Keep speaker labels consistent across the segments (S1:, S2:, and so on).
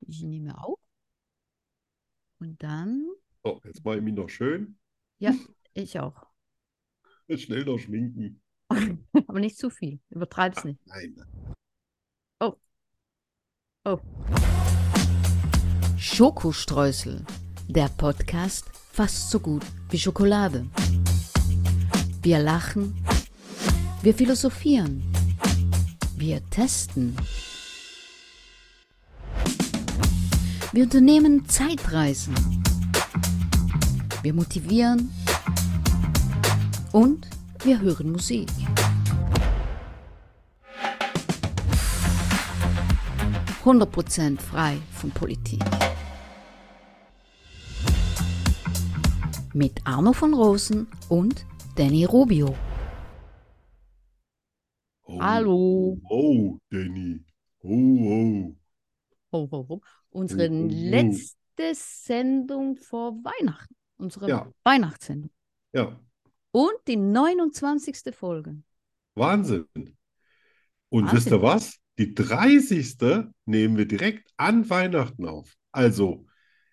S1: ich nehme auf. Und dann,
S2: So, jetzt mache ich mich noch schön.
S1: ja, ich auch.
S2: Schnell noch schminken.
S1: Aber nicht zu viel. Übertreib's nicht.
S2: Nein.
S3: Schokostreusel, der Podcast fast so gut wie Schokolade. Wir lachen, wir philosophieren, wir testen. Wir unternehmen Zeitreisen. Wir motivieren und wir hören Musik. Prozent frei von Politik. mit Arno von Rosen und Danny Rubio.
S2: Oh,
S1: Hallo.
S2: Oh, Danny. Oh, oh.
S1: Ho, ho, ho. Unsere
S2: Mhm.
S1: letzte Sendung vor Weihnachten. Unsere
S2: Ja.
S1: Weihnachtssendung.
S2: Ja,
S1: Und die 29. Folge.
S2: Wahnsinn. Und
S1: Wahnsinn.
S2: wisst ihr was? Die 30. nehmen wir direkt an Weihnachten auf. Also,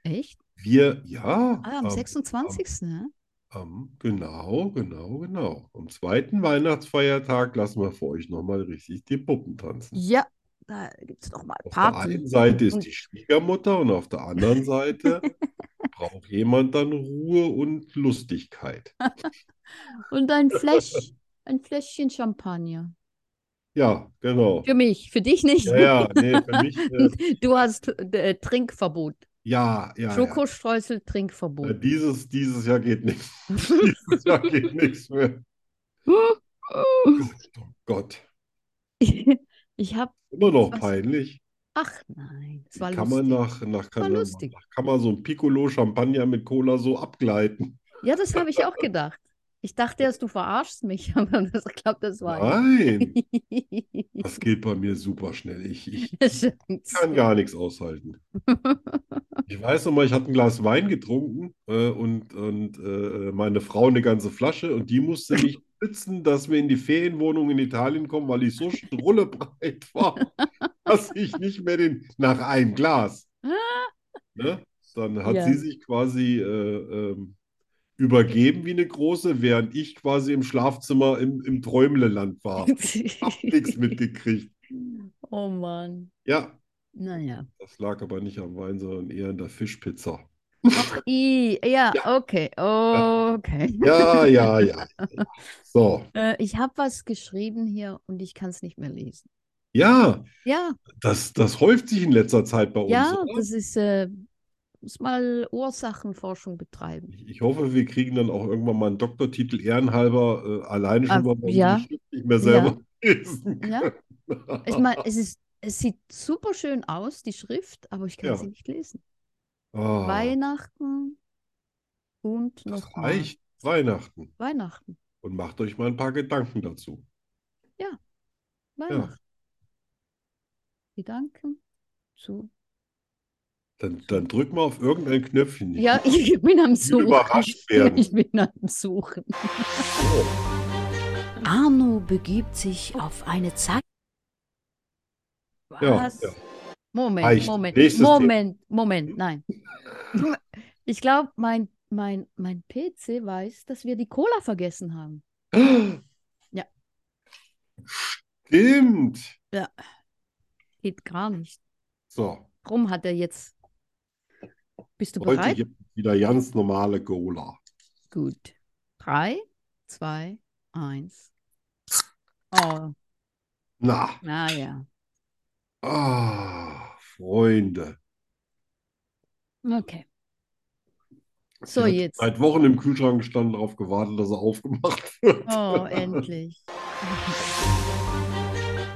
S1: Echt?
S2: wir, ja,
S1: Ah, am
S2: ähm,
S1: 26. ne?
S2: ähm, genau, genau, genau. Am zweiten Weihnachtsfeiertag lassen wir für euch nochmal richtig die Puppen tanzen.
S1: Ja, da gibt es nochmal
S2: Auf der
S1: Party.
S2: einen Seite ist
S1: Und-
S2: die Schwiegermutter und auf der anderen Seite braucht jemand dann Ruhe und Lustigkeit.
S1: Und ein Fläsch, ein Fläschchen Champagner.
S2: Ja, genau.
S1: Für mich, für dich nicht.
S2: Ja, ja, nee, für mich, äh,
S1: Du hast äh, Trinkverbot.
S2: ja, ja, ja.
S1: Schokostreusel
S2: Äh,
S1: Trinkverbot.
S2: Dieses, dieses Jahr geht nichts. Dieses Jahr geht nichts mehr. Oh Gott,
S1: Ich habe,
S2: immer noch
S1: Was?
S2: peinlich.
S1: ach nein, es war
S2: Kann man
S1: lustig.
S2: nach, nach, kann
S1: War
S2: man,
S1: lustig.
S2: nach- kann man so ein Piccolo Champagner mit Cola so abgleiten?
S1: Ja, das habe ich auch gedacht. Ich dachte erst, du verarschst mich, aber das klappt, das war
S2: Nein,
S1: ich.
S2: das geht bei mir super schnell. Ich, ich
S1: Das stimmt.
S2: kann gar nichts aushalten. Ich weiß noch mal, ich hatte ein Glas Wein getrunken äh, und, und äh, meine Frau eine ganze Flasche und die musste mich schützen, dass wir in die Ferienwohnung in Italien kommen, weil ich so strullebreit war, dass ich nicht mehr den, nach einem Glas. Ne? Dann hat
S1: Ja.
S2: sie sich quasi äh, ähm, übergeben wie eine große, während ich quasi im Schlafzimmer im, im Träumleland war. Hab nichts mitgekriegt.
S1: Oh Mann.
S2: Ja,
S1: Naja.
S2: das lag aber nicht am Wein, sondern eher an der Fischpizza.
S1: Ach, i, ja, okay, okay.
S2: Ja, ja, ja. So,
S1: Äh, ich habe was geschrieben hier und ich kann es nicht mehr lesen.
S2: ja,
S1: Ja,
S2: das, das häuft sich in letzter Zeit bei uns,
S1: ja,
S2: oder?
S1: das ist, äh, muss mal Ursachenforschung betreiben.
S2: Ich, ich hoffe, wir kriegen dann auch irgendwann mal einen Doktortitel ehrenhalber, äh, alleine schon,
S1: Ah,
S2: weil wir
S1: ja.
S2: die Schrift nicht mehr selber lesen
S1: Ja.
S2: können.
S1: Ich meine, es ist, es sieht super schön aus, die Schrift, aber ich kann
S2: Ja.
S1: sie nicht lesen.
S2: Ah,
S1: Weihnachten und
S2: das
S1: nochmal
S2: reicht. Weihnachten.
S1: Weihnachten.
S2: Und macht euch mal ein paar Gedanken dazu.
S1: Weihnachten. Gedanken zu.
S2: Dann, dann drück mal auf irgendein Knöpfchen.
S1: Ja, ich bin am Suchen.
S2: überrascht werden. Oh.
S1: Ich bin am Suchen.
S3: Arno begibt sich auf eine Zeit.
S2: Ja,
S1: Was?
S2: ja.
S1: Moment,
S2: Reicht.
S1: Moment,
S2: Nächstes Thema.
S1: Moment, Moment, nein. Ich glaube, mein, mein, mein PC weiß, dass wir die Cola vergessen haben. Ja.
S2: Stimmt.
S1: Geht gar nicht.
S2: So,
S1: Drum hat er jetzt. Bist du
S2: heute
S1: bereit?
S2: gibt es wieder ganz normale Cola.
S1: Gut. Drei, zwei, eins. Oh,
S2: Na.
S1: naja.
S2: Ah, Freunde.
S1: Okay. So,
S2: Ich hab
S1: jetzt.
S2: Seit Wochen im Kühlschrank gestanden, darauf gewartet, dass er aufgemacht wird.
S1: Oh, endlich.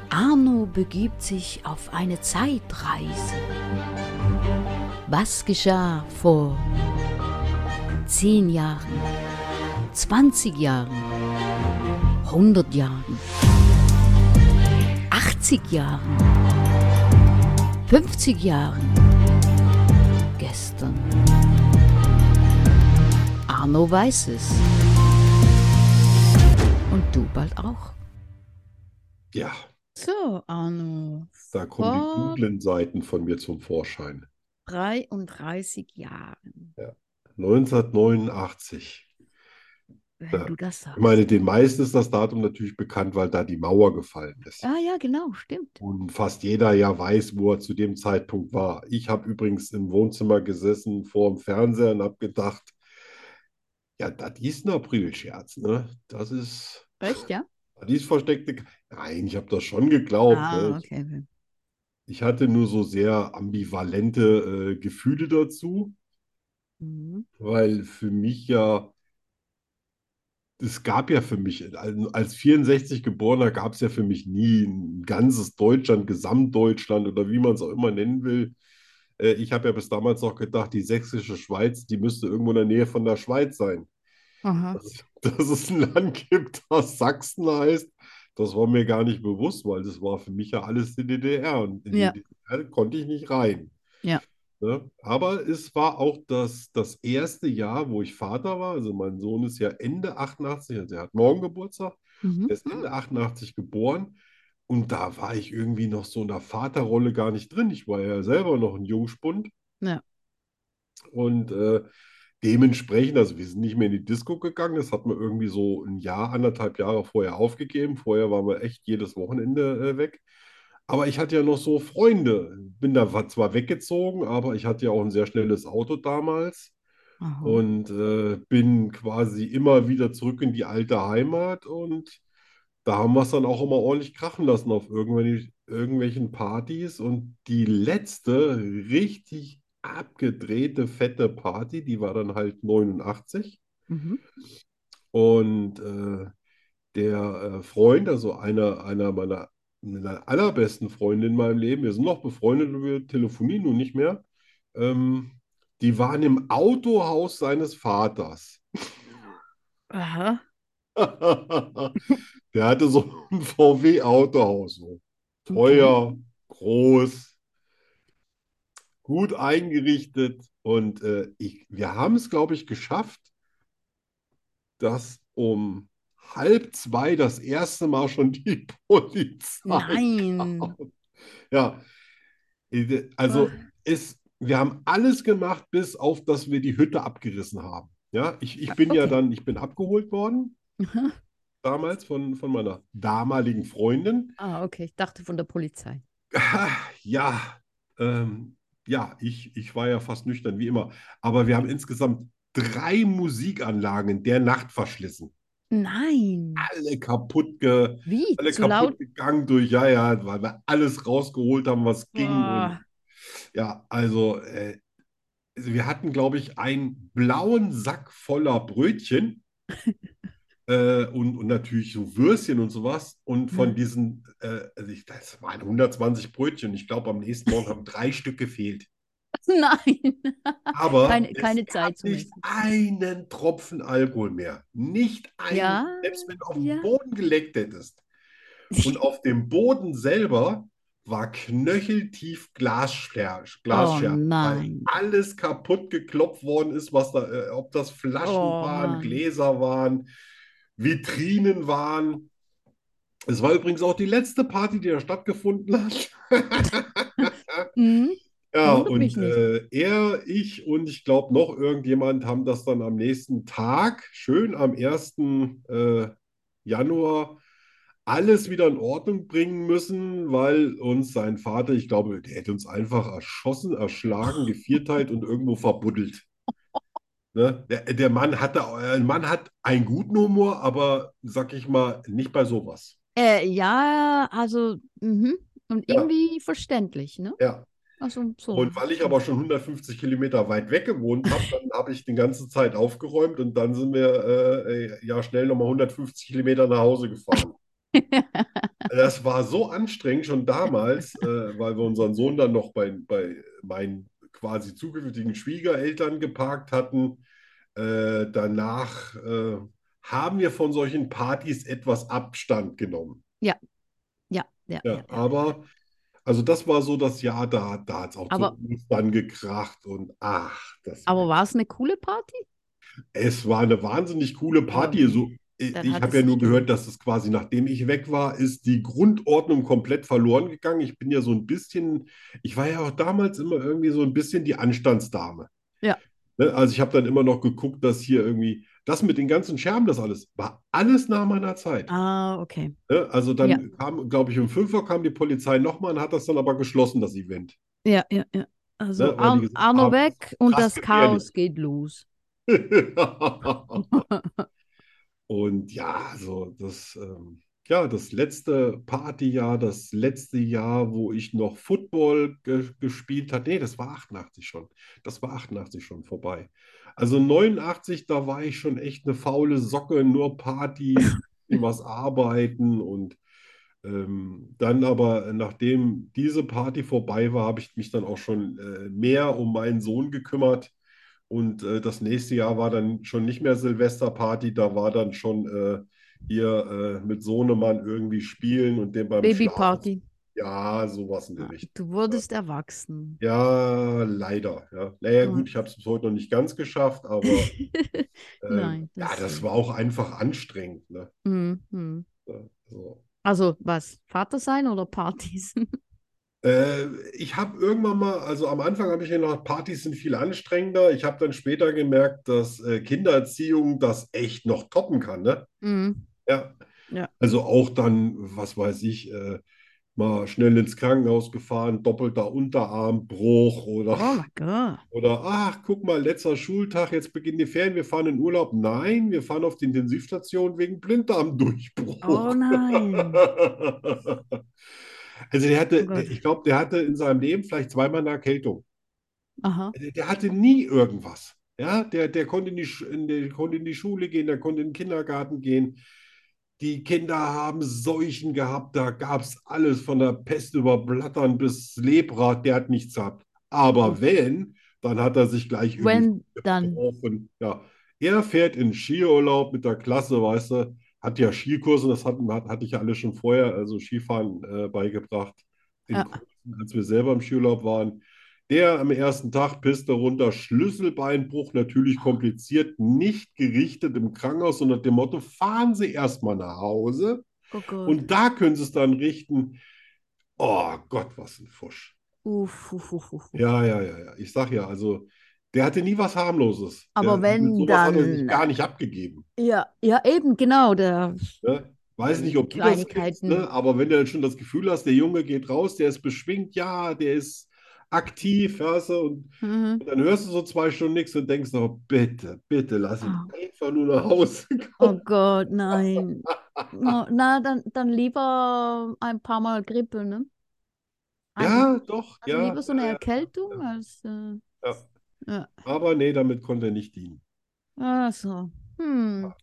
S3: Arno begibt sich auf eine Zeitreise. Was geschah vor 10 Jahren, 20 Jahren, 100 Jahren, 80 Jahren, 50 Jahren, gestern? Arno weiß es. Und du bald auch.
S2: Ja,
S1: So, Arno.
S2: da kommen die
S1: Vor-
S2: dunklen Seiten von mir zum Vorschein.
S1: 33 Jahren.
S2: 1989.
S1: Wenn
S2: Ja.
S1: du das
S2: Ich
S1: sagst.
S2: meine, den meisten ist das Datum natürlich bekannt, weil da die Mauer gefallen ist.
S1: Ah ja, genau, stimmt.
S2: Und fast jeder ja weiß, wo er zu dem Zeitpunkt war. Ich habe übrigens im Wohnzimmer gesessen vor dem Fernseher und habe gedacht, ja, das ist ein Aprilscherz, ne? Das ist,
S1: Echt, ja?
S2: das ist versteckte. K- Nein, ich habe das schon geglaubt, ne?
S1: Ah,
S2: Ich-
S1: okay. okay.
S2: Ich hatte nur so sehr ambivalente äh, Gefühle dazu,
S1: Mhm.
S2: weil für mich ja, es gab ja für mich, als als 64 Geborener gab es ja für mich nie ein ganzes Deutschland, Gesamtdeutschland oder wie man es auch immer nennen will. Äh, ich habe ja bis damals auch gedacht, die sächsische Schweiz, die müsste irgendwo in der Nähe von der Schweiz sein.
S1: Aha.
S2: Dass, dass es ein Land gibt, das Sachsen heißt, das war mir gar nicht bewusst, weil das war für mich ja alles die DDR und in die
S1: Ja.
S2: DDR konnte ich nicht rein.
S1: Ja.
S2: Ne? Aber es war auch das, das erste Jahr, wo ich Vater war. Also mein Sohn ist ja Ende 88, also er hat morgen Geburtstag,
S1: Mhm.
S2: er ist Ende 88 geboren. Und da war ich irgendwie noch so in der Vaterrolle gar nicht drin. Ich war ja selber noch ein Jungspund.
S1: Ja.
S2: Und äh, dementsprechend, also wir sind nicht mehr in die Disco gegangen, das hat man irgendwie so ein Jahr, anderthalb Jahre vorher aufgegeben. Vorher waren wir echt jedes Wochenende äh, weg. Aber ich hatte ja noch so Freunde. Bin da wa- zwar weggezogen, aber ich hatte ja auch ein sehr schnelles Auto damals
S1: Aha.
S2: und äh, bin quasi immer wieder zurück in die alte Heimat und da haben wir es dann auch immer ordentlich krachen lassen auf irgendwelche, irgendwelchen Partys und die letzte richtig abgedrehte fette Party, die war dann halt 89
S1: Mhm.
S2: und äh, der äh, Freund, also einer, einer meiner, meiner allerbesten Freunde in meinem Leben, wir sind noch befreundet, und wir telefonieren nun nicht mehr, ähm, die waren im Autohaus seines Vaters.
S1: Aha.
S2: Der hatte so ein VW-Autohaus, so teuer, groß, gut eingerichtet. Und äh, ich, wir haben es, glaube ich, geschafft, dass um halb zwei das erste Mal schon die
S1: Oh.
S2: Polizei.
S1: Nein.
S2: Ja, also ist, wir haben alles gemacht, bis auf, dass wir die Hütte abgerissen haben. Ja, ich, ich bin ja
S1: Okay.
S2: dann, ich bin abgeholt worden
S1: Aha.
S2: damals von, von meiner damaligen Freundin.
S1: Ah, okay. Ich dachte von der Polizei.
S2: Ah, Ja, ähm, ja, ich, ich war ja fast nüchtern, wie immer. Aber wir haben insgesamt drei Musikanlagen in der Nacht verschlissen.
S1: Nein.
S2: Alle kaputt, ge,
S1: Wie?
S2: Ah, alle
S1: Zu
S2: kaputt
S1: laut?
S2: gegangen durch, ja, ja, weil wir alles rausgeholt haben, was ging.
S1: Boah.
S2: Und, ja, also, äh, also wir hatten, glaube ich, einen blauen Sack voller Brötchen. Äh, und, und natürlich so Würstchen und sowas. Und von
S1: Mhm.
S2: diesen, äh, also ich, das waren 120 Brötchen. Ich glaube, am nächsten Morgen haben drei Stück gefehlt.
S1: Nein.
S2: Aber
S1: Ah, Keine,
S2: es
S1: keine
S2: gab
S1: Zeit zum
S2: nicht
S1: Essen.
S2: einen Tropfen Alkohol mehr. Nicht einen,
S1: Ja,
S2: selbst wenn du auf
S1: ja.
S2: den Boden geleckt hättest. Und auf dem Boden selber war knöcheltief Glasscher- Glasscherben, weil
S1: Oh, nein.
S2: alles kaputt geklopft worden ist, was da, äh, ob das Flaschen
S1: Oh,
S2: waren,
S1: Mann.
S2: Gläser waren, Vitrinen waren. Es war übrigens auch die letzte Party, die da stattgefunden hat.
S1: Mhm.
S2: Ja,
S1: Wundert mich
S2: und
S1: nicht.
S2: äh, er, ich und ich glaube noch irgendjemand haben das dann am nächsten Tag, schön am 1. Äh, Januar, alles wieder in Ordnung bringen müssen, weil uns sein Vater, ich glaube, der hätte uns einfach erschossen, erschlagen, gevierteilt und irgendwo verbuddelt. Ne? Der, der Mann hatte, äh, ein Mann hat einen guten Humor, aber sag ich mal, nicht bei sowas.
S1: Äh, ja, also, mhm. Und
S2: Ja.
S1: irgendwie verständlich, ne?
S2: Ja.
S1: Also, so.
S2: Und weil ich aber schon 150 Kilometer weit weg gewohnt habe, dann habe ich die ganze Zeit aufgeräumt und dann sind wir äh, äh, ja schnell nochmal 150 Kilometer nach Hause gefahren. Das war so anstrengend schon damals, äh, weil wir unseren Sohn dann noch bei, bei meinen quasi zukünftigen Schwiegereltern geparkt hatten. Äh, danach äh, haben wir von solchen Partys etwas Abstand genommen.
S1: Ja, ja, ja,
S2: Ja,
S1: ja.
S2: aber also das war so das Jahr, da, da hat es auch
S1: Aber-
S2: zu Ostern gekracht und ach, das
S1: Aber war es eine coole Party?
S2: es war eine wahnsinnig coole Party.
S1: Oh, nee.
S2: So Ich,
S1: Dann
S2: ich
S1: hat
S2: habe
S1: es
S2: ja nur
S1: nicht-
S2: gehört, dass es quasi nachdem ich weg war, ist die Grundordnung komplett verloren gegangen. Ich bin ja so ein bisschen, ich war ja auch damals immer irgendwie so ein bisschen die Anstandsdame.
S1: Ja.
S2: Ne, also ich habe dann immer noch geguckt, dass hier irgendwie, das mit den ganzen Scherben, das alles, war alles nach meiner Zeit.
S1: Ah, okay.
S2: Ne, also dann
S1: Ja.
S2: kam, glaube ich, um 5 Uhr kam die Polizei nochmal und hat das dann aber geschlossen, das Event.
S1: Ja, ja, ja. Also
S2: Ne, weil die
S1: Ar
S2: gesagt
S1: Arno
S2: haben,
S1: weg und
S2: krass
S1: das Chaos
S2: gefährlich.
S1: geht los.
S2: Und ja, so das, ähm, ja, das letzte Partyjahr, das letzte Jahr, wo ich noch Football ge gespielt hatte, nee, das war 88 schon. Das war 88 schon vorbei. Also 89, da war ich schon echt eine faule Socke, nur Party, was arbeiten und ähm, dann aber, nachdem diese Party vorbei war, habe ich mich dann auch schon äh, mehr um meinen Sohn gekümmert. Und äh, das nächste Jahr war dann schon nicht mehr Silvesterparty, da war dann schon äh, hier äh, mit Sohnemann irgendwie spielen und dem beim Schlafen.
S1: Babyparty.
S2: Ja, sowas in der Richtung.
S1: Du wurdest erwachsen.
S2: Ja, leider. Ja. Naja,
S1: Ja.
S2: gut, ich habe es bis heute noch nicht ganz geschafft, aber ähm,
S1: Nein, das
S2: ja, das
S1: stimmt.
S2: war auch einfach anstrengend. Ne?
S1: Mhm.
S2: Ja, So.
S1: Also was? Vater sein oder Partys?
S2: Äh, ich habe irgendwann mal, also am Anfang habe ich ja noch, Partys sind viel anstrengender. Ich habe dann später gemerkt, dass äh, Kindererziehung das echt noch toppen kann, ne?
S1: Mhm.
S2: Ja.
S1: Ja.
S2: Also auch dann, was weiß ich, äh, mal schnell ins Krankenhaus gefahren, doppelter Unterarmbruch
S1: Oh
S2: oder,
S1: mein Gott.
S2: oder ach, guck mal, letzter Schultag, jetzt beginnen die Ferien, wir fahren in Urlaub. Nein, wir fahren auf die Intensivstation wegen Blinddarmdurchbruch.
S1: Oh nein.
S2: Also der
S1: Oh
S2: hatte,
S1: Gott.
S2: der, ich glaube, der hatte in seinem Leben vielleicht zweimal eine Erkältung.
S1: Aha.
S2: Der, der hatte nie irgendwas. Ja, der, der konnte in die, Sch- in die, konnte in die Schule gehen, der konnte in den Kindergarten gehen. Die Kinder haben Seuchen gehabt, da gab es alles von der Pest über Blattern bis Lepra, der hat nichts gehabt.
S1: Hm.
S2: Aber wenn, dann hat er sich gleich irgendwie
S1: When dann.
S2: gebrochen. Ja, er fährt in Skiurlaub mit der Klasse, weißt du, hat ja Skikurse, das hatten, hat, hatte ich ja alles schon vorher, also Skifahren äh, beigebracht, in
S1: Ja.
S2: Kursen, als wir selber im Skiurlaub waren. Der am ersten Tag Piste runter, Schlüsselbeinbruch, natürlich kompliziert, nicht gerichtet im Krankenhaus, sondern dem Motto, fahren Sie erstmal nach Hause
S1: Oh Gott.
S2: und da können Sie es dann richten. Oh Gott, was ein Fusch.
S1: Uff, uff, uff, uff.
S2: Ja, ja, ja, ja. Ich sag ja, also der hatte nie was Harmloses.
S1: Aber
S2: der,
S1: wenn,
S2: mit sowas hat er sich
S1: dann-
S2: gar nicht abgegeben.
S1: Ja, ja, eben, genau. Der,
S2: Ne? Weiß nicht, ob du das kennst,
S1: Kleinigkeiten.
S2: ne? Aber wenn du dann schon das Gefühl hast, der Junge geht raus, der ist beschwingt, ja, der ist aktiv, weißt du, und
S1: mhm.
S2: dann hörst du so zwei Stunden nichts und denkst noch, bitte, bitte, lass ihn
S1: Ah.
S2: einfach nur nach Hause
S1: Oh
S2: kommen.
S1: Gott, nein. No, na, dann, dann lieber ein paar Mal Grippe, ne?
S2: Ja,
S1: Eigentlich
S2: doch,
S1: Ah, also
S2: ja,
S1: lieber so eine
S2: ja, ja,
S1: Erkältung
S2: ja.
S1: als. Äh,
S2: ja.
S1: ja.
S2: Aber nee, damit konnte er nicht dienen.
S1: Also, hm.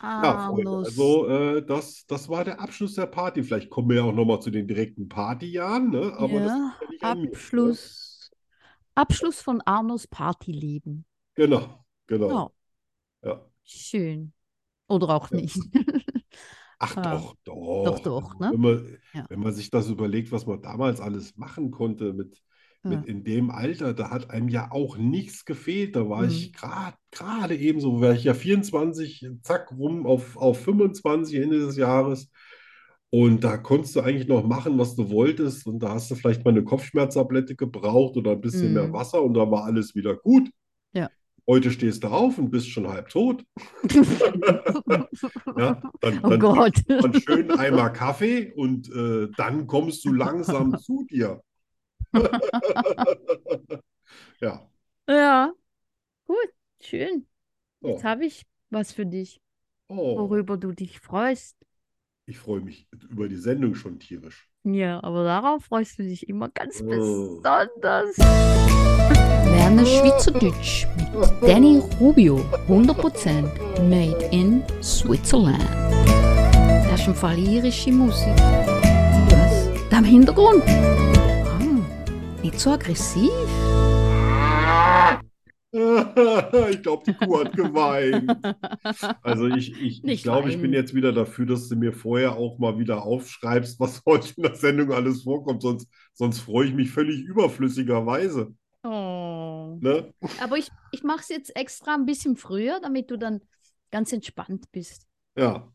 S2: Ja, Freunde,
S1: Armlos.
S2: also äh, das, das war der Abschluss der Party. Vielleicht kommen wir ja auch nochmal zu den direkten Partyjahren, ne? Aber das
S1: Ja,
S2: liegt ja nicht an mir, ne?
S1: Abschluss. Abschluss von Arnos Partyleben.
S2: Genau,
S1: Ja,
S2: genau. Ja.
S1: schön. Oder auch
S2: Ja.
S1: nicht.
S2: Ach
S1: Ah.
S2: doch,
S1: Doch,
S2: doch.
S1: doch, ne?
S2: Wenn man,
S1: Ja.
S2: wenn man sich das überlegt, was man damals alles machen konnte mit, mit in dem Alter, da hat einem ja auch nichts gefehlt. Da war ich
S1: Mhm.
S2: gerade gerade eben so, war ich ja 24, zack, rum auf, auf 25 Ende des Jahres. Und da konntest du eigentlich noch machen, was du wolltest. Und da hast du vielleicht mal eine Kopfschmerztablette gebraucht oder ein bisschen mehr
S1: Mhm.
S2: Wasser und da war alles wieder gut.
S1: Ja.
S2: Heute stehst du auf und bist schon halb tot. Ja, dann,
S1: Oh
S2: dann
S1: Gott.
S2: einen schönen Eimer Kaffee und äh, dann kommst du langsam zu dir. Ja,
S1: Ja, gut, schön.
S2: so.
S1: Jetzt habe ich was für dich,
S2: Oh,
S1: worüber du dich freust.
S2: ich freue mich über die Sendung schon tierisch.
S1: Ja, aber darauf freust du dich immer ganz
S2: Oh.
S1: besonders.
S3: Lerne Schweizerdeutsch mit Danny Rubio. 100% made in Switzerland. Das ist im Fall irische Musik. Was? Da im Hintergrund? Ah, nicht so aggressiv.
S2: Ich glaube, die Kuh hat geweint. Also ich, ich, ich
S1: Nicht
S2: glaube, ich bin
S1: weinen.
S2: jetzt wieder dafür, dass du mir vorher auch mal wieder aufschreibst, was heute in der Sendung alles vorkommt. Sonst, sonst freue ich mich völlig überflüssigerweise.
S1: Oh.
S2: Ne?
S1: Aber ich, ich mache es jetzt extra ein bisschen früher, damit du dann ganz entspannt bist.
S2: Ja,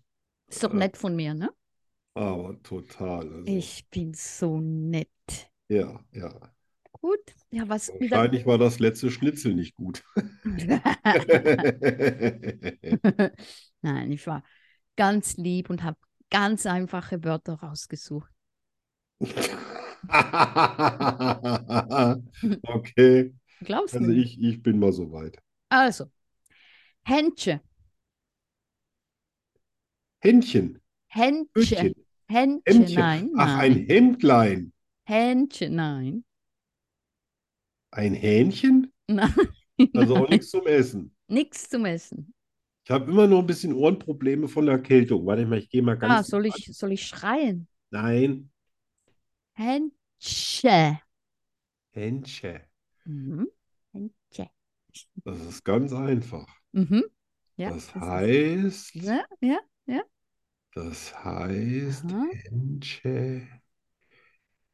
S1: Ist doch nett von mir, ne?
S2: aber total. Also,
S1: Ich bin so nett.
S2: ja, ja.
S1: Gut. Ja, was wieder.
S2: Wahrscheinlich war das letzte Schnitzel nicht gut.
S1: Nein, ich war ganz lieb und habe ganz einfache Wörter rausgesucht.
S2: Okay,
S1: Glaubst du
S2: also
S1: nicht?
S2: ich, ich bin mal so weit.
S1: Also, Händchen,
S2: Händchen,
S1: Händchen,
S2: Hütchen,
S1: Händchen,
S2: Hemdchen.
S1: nein,
S2: Ach, ein
S1: nein,
S2: Hemdlein.
S1: Händchen, nein,
S2: Ein Hähnchen?
S1: nein,
S2: Also auch nichts zum Essen.
S1: nichts zum Essen.
S2: Ich habe immer noch ein bisschen Ohrenprobleme von der Erkältung. Warte mal, ich gehe mal
S1: Ah,
S2: ganz.
S1: soll ich, soll ich schreien?
S2: Nein,
S1: Händchen.
S2: Hähnchen.
S1: Mhm. Händchen.
S2: Das ist ganz einfach.
S1: Mhm. Ja,
S2: Das
S1: das ist- Ne?
S2: heißt,
S1: Ja, ja.
S2: das heißt
S1: Aha.
S2: Hähnchen.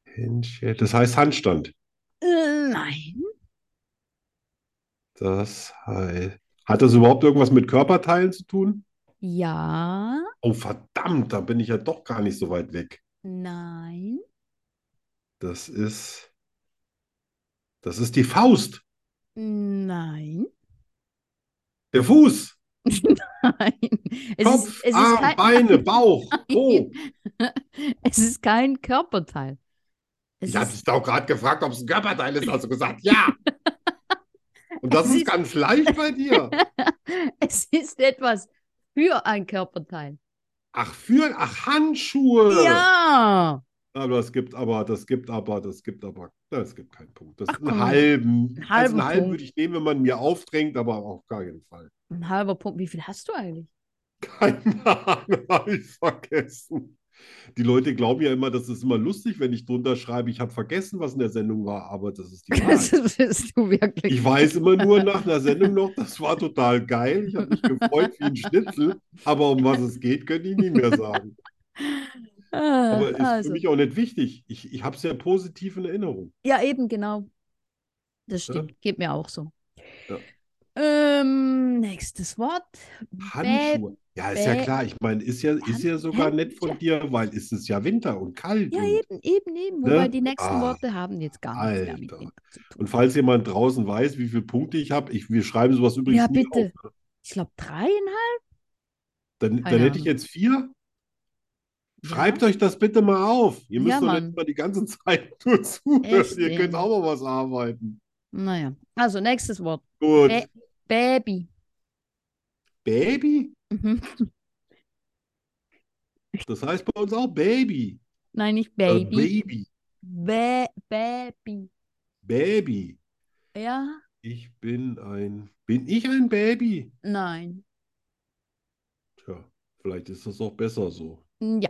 S2: Hähnchen. Das heißt Handstand.
S1: Äh, Nein.
S2: Das heißt. Hat das überhaupt irgendwas mit Körperteilen zu tun?
S1: Ja,
S2: Oh, verdammt, da bin ich ja doch gar nicht so weit weg.
S1: nein.
S2: Das ist. Das ist die Faust.
S1: Nein.
S2: Der Fuß.
S1: Nein. Es
S2: Kopf,
S1: ist, es
S2: Arm,
S1: ist kein,
S2: Beine, Bauch, Oh, Po.
S1: es ist kein Körperteil. Es
S2: Ich habe
S1: ist,
S2: dich doch gerade gefragt, ob es ein Körperteil ist, also gesagt, ja. Und das
S1: Es
S2: ist
S1: ist-
S2: ganz leicht bei dir.
S1: es ist etwas für ein Körperteil.
S2: Ach, für, ach, Handschuhe.
S1: Ja.
S2: Aber das gibt aber, das gibt aber, das gibt aber, nein, es gibt keinen Punkt. Das
S1: Ach,
S2: ist einen
S1: komm.
S2: halben.
S1: Einen
S2: Also
S1: halben
S2: einen halben
S1: Punkt.
S2: würde ich nehmen, wenn man mir aufdrängt, aber auf gar keinen Fall.
S1: Ein halber Punkt. Wie viel hast du eigentlich?
S2: Keine Ahnung, habe ich vergessen. Die Leute glauben ja immer, das ist immer lustig, wenn ich drunter schreibe, ich habe vergessen, was in der Sendung war, aber das ist die Wahrheit.
S1: Das bist du wirklich.
S2: Ich weiß immer nur nach einer Sendung noch, das war total geil. Ich habe mich gefreut wie ein Schnitzel, aber um was es geht, könnte ich nie mehr sagen.
S1: Ah,
S2: Aber ist
S1: also.
S2: für mich auch nicht wichtig. Ich, ich habe es ja positiv in Erinnerung.
S1: Ja, eben, genau. Das
S2: Ja.
S1: stimmt. Geht mir auch so.
S2: Ja.
S1: Ähm, nächstes Wort.
S2: Handschuhe. Ja, ist ja
S1: Bä-
S2: klar. Ich meine, ist ja, ist ja sogar nett von dir, weil es ist ja Winter und kalt.
S1: Ja,
S2: Und,
S1: eben, eben, eben. Wobei
S2: Ne?
S1: die nächsten
S2: Ah,
S1: Worte haben jetzt gar nichts mehr mit
S2: Alter.
S1: Winter zu tun.
S2: und falls jemand draußen weiß, wie viele Punkte ich habe, ich, wir schreiben sowas übrigens
S1: Ja,
S2: nie
S1: bitte.
S2: auf. ne?
S1: Ich glaube, dreieinhalb.
S2: Dann, dann
S1: Keine
S2: hätte ich
S1: Ahnung.
S2: jetzt vier.
S1: Ja.
S2: Schreibt euch das bitte mal auf. Ihr müsst
S1: Ja,
S2: doch
S1: Mann.
S2: nicht mal die ganze Zeit nur zuhören.
S1: Echt,
S2: Ihr könnt
S1: ey.
S2: auch mal was arbeiten.
S1: Naja. Also, nächstes Wort.
S2: Gut.
S1: Bä- Baby.
S2: Baby?
S1: Mhm.
S2: Das heißt bei uns auch Baby.
S1: Nein, nicht
S2: Äh,
S1: Baby.
S2: Baby.
S1: Bä Baby.
S2: Baby.
S1: Ja?
S2: Ich bin ein. Bin ich ein Baby?
S1: Nein.
S2: Tja, vielleicht ist das auch besser so.
S1: Ja.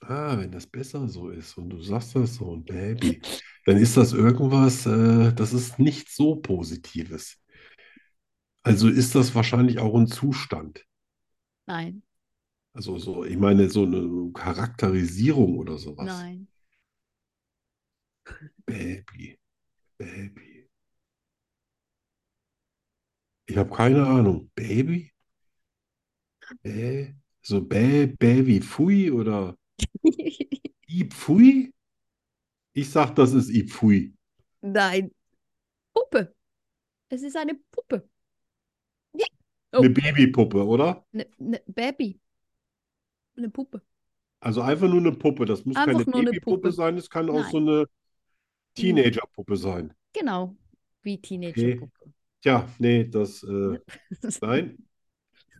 S2: Ah, wenn das besser so ist und du sagst das so, ein Baby, dann ist das irgendwas, äh, das ist nicht so Positives. Also ist das wahrscheinlich auch ein Zustand.
S1: Nein.
S2: Also so, ich meine, so eine Charakterisierung oder sowas.
S1: Nein.
S2: Baby, Baby. Ich habe keine Ahnung. Baby? Bä, so Bä, Baby, Pfui oder I Pfui? Ich sag, das ist I Pfui.
S1: Nein. Puppe. Es ist eine Puppe. Ja. Oh,
S2: Eine Babypuppe, oder?
S1: ne, ne Baby. Eine Puppe.
S2: Also einfach nur eine Puppe. Das muss
S1: Einfach
S2: keine
S1: nur eine
S2: Babypuppe
S1: Puppe.
S2: sein, es kann auch
S1: Nein.
S2: so eine Teenagerpuppe sein.
S1: Genau. Wie Teenagerpuppe.
S2: Tja, nee, das, äh, nein,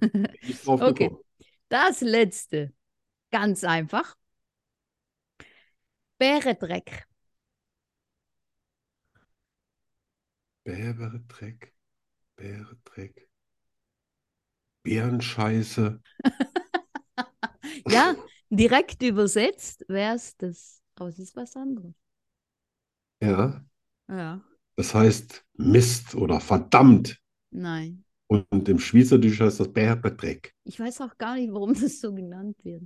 S2: bin ich drauf
S1: Okay.
S2: gekommen.
S1: Das letzte. Ganz einfach. Bäredreck.
S2: Bärberdreck, Bärberdreck, Bärenscheiße.
S1: Ja, direkt übersetzt wäre es das. Aber es ist was anderes.
S2: Ja,
S1: Ja,
S2: das heißt Mist oder verdammt.
S1: nein.
S2: Und im Schweizerdeutsch heißt das Bärberdreck.
S1: Ich weiß auch gar nicht, warum das so genannt wird.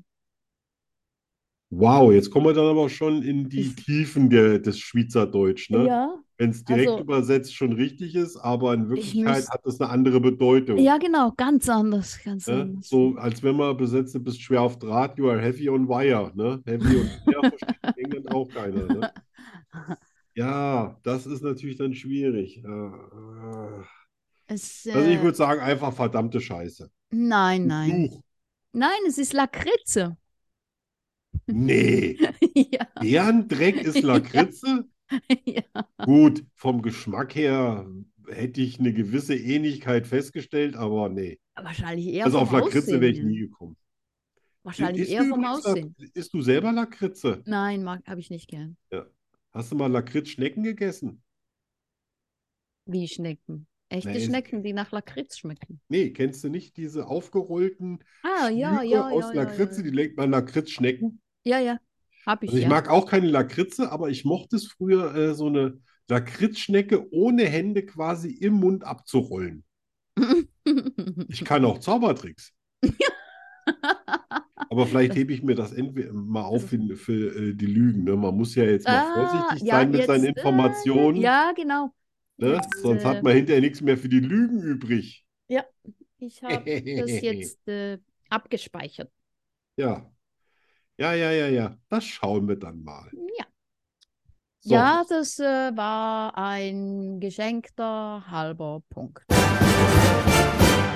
S2: Wow, jetzt kommen wir dann aber schon in die Tiefen der, des Schweizerdeutsch, ne?
S1: Ja,
S2: Wenn es direkt
S1: also-
S2: übersetzt schon richtig ist, aber in
S1: Ich
S2: Wirklichkeit
S1: müsst-
S2: hat es eine andere Bedeutung.
S1: ja, genau, ganz anders, ganz
S2: Ne?
S1: anders.
S2: So, als wenn man besetzt, du bist schwer auf Draht, you are heavy on wire. Ne? Heavy on wire versteht in England auch keiner. Ne? Ja, das ist natürlich dann schwierig. Ah, ah.
S1: Es,
S2: Also ich
S1: äh,
S2: würde sagen, einfach verdammte Scheiße.
S1: nein, nein.
S2: Buch.
S1: Nein, es ist Lakritze.
S2: Nee,
S1: ja,
S2: Bärendreck ist Lakritze?
S1: ja.
S2: Gut, vom Geschmack her hätte ich eine gewisse Ähnlichkeit festgestellt, aber nee.
S1: Wahrscheinlich eher
S2: Also
S1: vom
S2: auf Lakritze wäre ich
S1: Aussehen
S2: nie
S1: her.
S2: gekommen.
S1: Wahrscheinlich
S2: Isst
S1: eher
S2: du
S1: vom
S2: übrigens
S1: Aussehen.
S2: Lak- Isst du selber Lakritze?
S1: Nein, mag, habe ich nicht gern.
S2: Hast du mal Lakritz-Schnecken gegessen?
S1: Wie Schnecken. Echte
S2: Nein, es-
S1: Schnecken, die nach Lakritz schmecken.
S2: Nee, kennst du nicht diese aufgerollten
S1: Ah, ja,
S2: Schnüre
S1: ja,
S2: aus
S1: ja, ja,
S2: Lakritze?
S1: ja,
S2: Die legt man Lakritzschnecken.
S1: ja. Ja, ja. Hab ich
S2: Also ich
S1: ja.
S2: mag auch keine Lakritze, aber ich mochte es früher, äh, so eine Lakritzschnecke ohne Hände quasi im Mund abzurollen. Ich kann auch Zaubertricks. Aber vielleicht hebe ich mir das entweder mal auf für, für äh, die Lügen. Ne? Man muss ja jetzt mal
S1: Ah,
S2: vorsichtig
S1: ja,
S2: sein mit seinen
S1: jetzt, äh,
S2: Informationen,
S1: ja, genau.
S2: ne?
S1: Jetzt,
S2: Sonst
S1: äh,
S2: hat man hinterher nichts mehr für die Lügen übrig.
S1: Ich habe das jetzt äh, abgespeichert.
S2: Ja. Ja, ja, ja, ja. Das schauen wir dann mal.
S1: Ja.
S2: So.
S1: Ja, das äh, war ein geschenkter halber Punkt.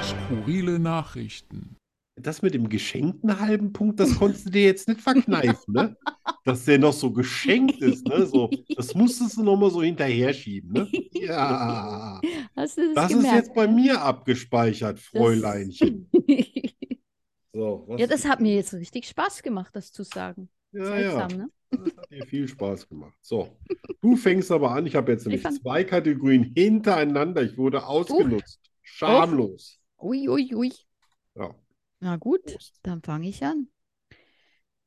S4: Skurrile Nachrichten.
S2: Das mit dem geschenkten halben Punkt, das konntest du dir jetzt nicht verkneifen, ne? Dass der noch so geschenkt ist, ne? So, das musstest du noch mal so hinterher schieben, ne? Ja.
S1: Hast du das
S2: Das ist jetzt bei
S1: gemerkt?
S2: mir abgespeichert, Fräuleinchen. So, was
S1: Ja, das
S2: gibt's?
S1: hat mir jetzt richtig Spaß gemacht, das zu sagen.
S2: Ja, ja.
S1: Seltsam, ne?
S2: Das hat dir viel Spaß gemacht. So, du fängst aber an. Ich habe jetzt nämlich
S1: fang-
S2: zwei Kategorien hintereinander. Ich wurde ausgenutzt. Schamlos.
S1: Ui, ui, ui.
S2: Ja.
S1: Na gut,
S2: Prost.
S1: dann fange ich an.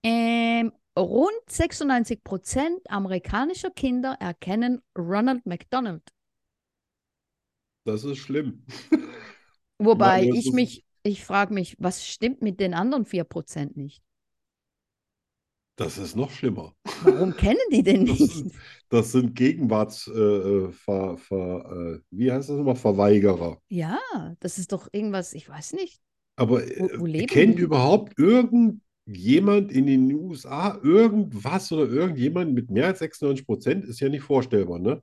S1: Ähm, rund 96% amerikanischer Kinder erkennen Ronald McDonald.
S2: Das ist schlimm.
S1: Wobei
S2: das
S1: ich
S2: ist-
S1: mich, ich frage mich, was stimmt mit den anderen 4% nicht?
S2: Das ist noch schlimmer.
S1: Warum kennen die denn
S2: Das
S1: nicht?
S2: sind- Das sind Gegenwarts, äh, äh, ver, ver, äh, wie heißt das nochmal? Verweigerer.
S1: Ja, das ist doch irgendwas, ich weiß nicht.
S2: Aber
S1: Wo- wo
S2: äh,
S1: leben
S2: kennt
S1: die?
S2: überhaupt irgendjemand in den USA irgendwas oder irgendjemand mit mehr als 96 Prozent? Ist ja nicht vorstellbar, ne?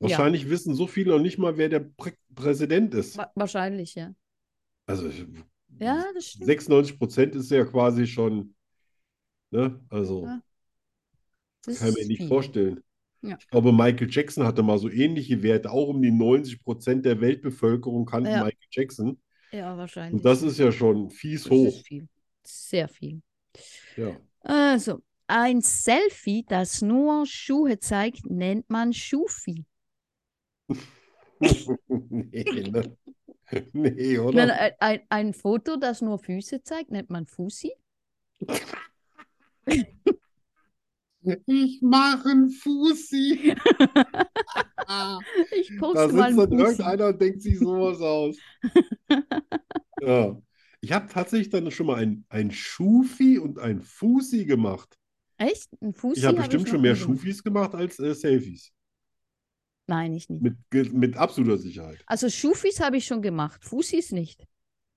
S2: Wahrscheinlich wissen so viele noch nicht mal, wer der Prä Präsident ist.
S1: Wa wahrscheinlich, ja.
S2: Also ich-
S1: Ja, das stimmt.
S2: 96 Prozent ist ja quasi schon, ne? Also
S1: Ja, Das
S2: kann ich mir
S1: ist
S2: nicht
S1: viel.
S2: vorstellen.
S1: Ja.
S2: Ich glaube, Michael Jackson hatte mal so ähnliche Werte. Auch um die 90 Prozent der Weltbevölkerung kannten
S1: Ja.
S2: Michael Jackson.
S1: Ja, wahrscheinlich.
S2: Und das ist ja schon fies
S1: Das
S2: hoch.
S1: ist viel. Sehr viel.
S2: Ja.
S1: Also, ein Selfie, das nur Schuhe zeigt, nennt man Schufi.
S2: Nee, ne? Nee,
S1: Nein,
S2: oder?
S1: ein, ein, ein Foto, das nur Füße zeigt, nennt man Fusi.
S2: Ich mache einen Fussi. Da
S1: Ich poste mal einen
S2: sitzt dann
S1: Fusi.
S2: irgendeiner und denkt sich sowas aus. Ja. Ich habe tatsächlich dann schon mal ein, ein Schufi und ein Fussi gemacht.
S1: Echt? Ein Fusi
S2: Ich habe
S1: hab
S2: bestimmt
S1: noch
S2: schon mehr
S1: nie gemacht.
S2: Schufis gemacht als äh, Selfies.
S1: Nein, ich nicht.
S2: Mit, ge- mit absoluter Sicherheit.
S1: Also Schufis habe ich schon gemacht, Fusis nicht.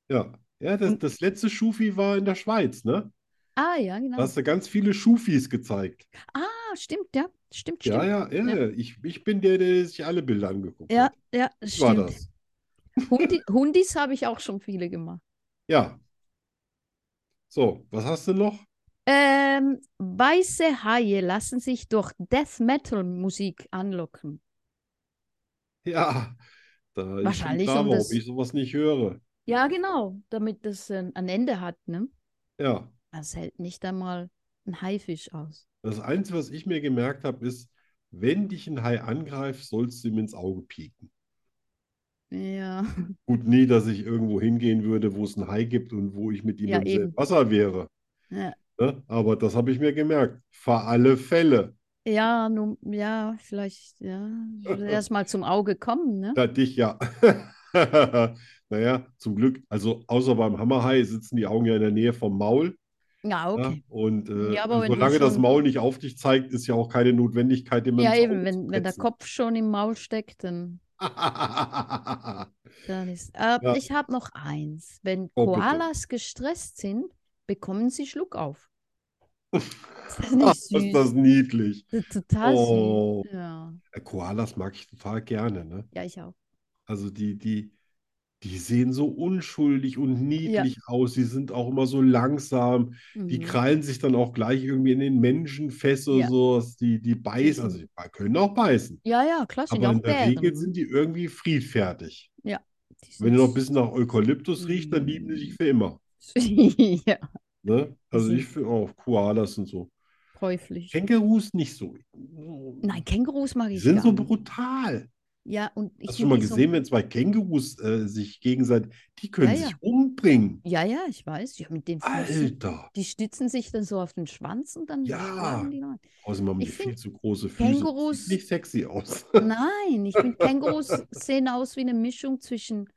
S2: Ja. Ja, das,
S1: Und-
S2: das letzte Schufi war in der Schweiz, ne?
S1: Ah, ja, genau.
S2: Da hast du ganz viele Schufis gezeigt.
S1: Ah, stimmt, ja. Stimmt,
S2: Ja,
S1: stimmt.
S2: ja, ja, ja. Ich, ich bin der, der sich alle Bilder angeguckt
S1: Ja,
S2: hat.
S1: ja,
S2: Ich war
S1: stimmt.
S2: das.
S1: Hundi, Hundis habe ich auch schon viele gemacht.
S2: Ja. So, was hast du noch?
S1: Ähm, weiße Haie lassen sich durch Death Metal Musik anlocken.
S2: Ja, da ist
S1: Wahrscheinlich,
S2: schon klar,
S1: um
S2: warum
S1: das-
S2: ich sowas nicht höre.
S1: Ja, genau, damit das äh, ein Ende hat, ne?
S2: Ja,
S1: Das hält nicht einmal ein Haifisch aus.
S2: das Einzige, was ich mir gemerkt habe, ist, wenn dich ein Hai angreift, sollst du ihm ins Auge pieken.
S1: Ja.
S2: Gut, nie, dass ich irgendwo hingehen würde, wo es einen Hai gibt und wo ich mit ihm
S1: Ja,
S2: im selben
S1: eben.
S2: Wasser wäre.
S1: Ja.
S2: Ne? Aber das habe ich mir gemerkt. Für alle Fälle.
S1: Ja, nun, ja, vielleicht, ja. Erstmal zum Auge kommen, ne?
S2: Na, dich ja. Naja, zum Glück, also außer beim Hammerhai sitzen die Augen ja in der Nähe vom Maul.
S1: Ja, okay.
S2: Und äh,
S1: Ja, aber wenn du
S2: solange das
S1: schon-
S2: Maul nicht auf dich zeigt, ist ja auch keine Notwendigkeit, immer
S1: Ja,
S2: ins
S1: eben,
S2: Auge
S1: wenn,
S2: zu
S1: wenn der
S2: petzen.
S1: Kopf schon im Maul steckt, dann, dann ist. Äh,
S2: Ja.
S1: Ich habe noch eins. Wenn
S2: Oh, bitte.
S1: Koalas gestresst sind, bekommen sie Schluck auf. Ist das nicht
S2: Ach, ist
S1: süß?
S2: das niedlich.
S1: Das ist total
S2: Oh.
S1: süß. Ja.
S2: Koalas mag ich total gerne, ne?
S1: ja, ich auch.
S2: Also die, die, die sehen so unschuldig und niedlich aus. Sie sind auch immer so langsam. Die
S1: Mhm.
S2: krallen sich dann auch gleich irgendwie in den Menschen fest oder
S1: Ja.
S2: so. Die, die beißen, also die können auch beißen.
S1: Ja, ja, klar, sind
S2: Aber
S1: auch
S2: in der
S1: Bären.
S2: Regel sind die irgendwie friedfertig.
S1: Die sind
S2: Wenn ihr noch ein bisschen nach Eukalyptus riecht, dann
S1: Mm.
S2: lieben die sich für immer.
S1: süß. ja,
S2: Ne? Also
S1: sind-
S2: ich finde auch Koalas und so.
S1: käuflich.
S2: Kängurus nicht so.
S1: Nein, Kängurus mag
S2: Die
S1: ich
S2: sind
S1: gar
S2: so
S1: nicht.
S2: brutal.
S1: Ja, und ich find
S2: Hast du schon mal
S1: die so-
S2: gesehen, wenn zwei Kängurus äh, sich gegenseitig, die können
S1: Ja,
S2: sich
S1: ja.
S2: umbringen.
S1: Ja, ja, ich weiß. Ja, mit den Füßen.
S2: Alter,
S1: Die stützen sich dann so auf den Schwanz und dann
S2: Ja.
S1: schlagen die rein.
S2: außerdem haben die
S1: Ich find
S2: viel zu große Füße. Das
S1: Kängurus-
S2: Sieht nicht sexy aus.
S1: Nein, ich finde, Kängurus sehen aus wie eine Mischung zwischen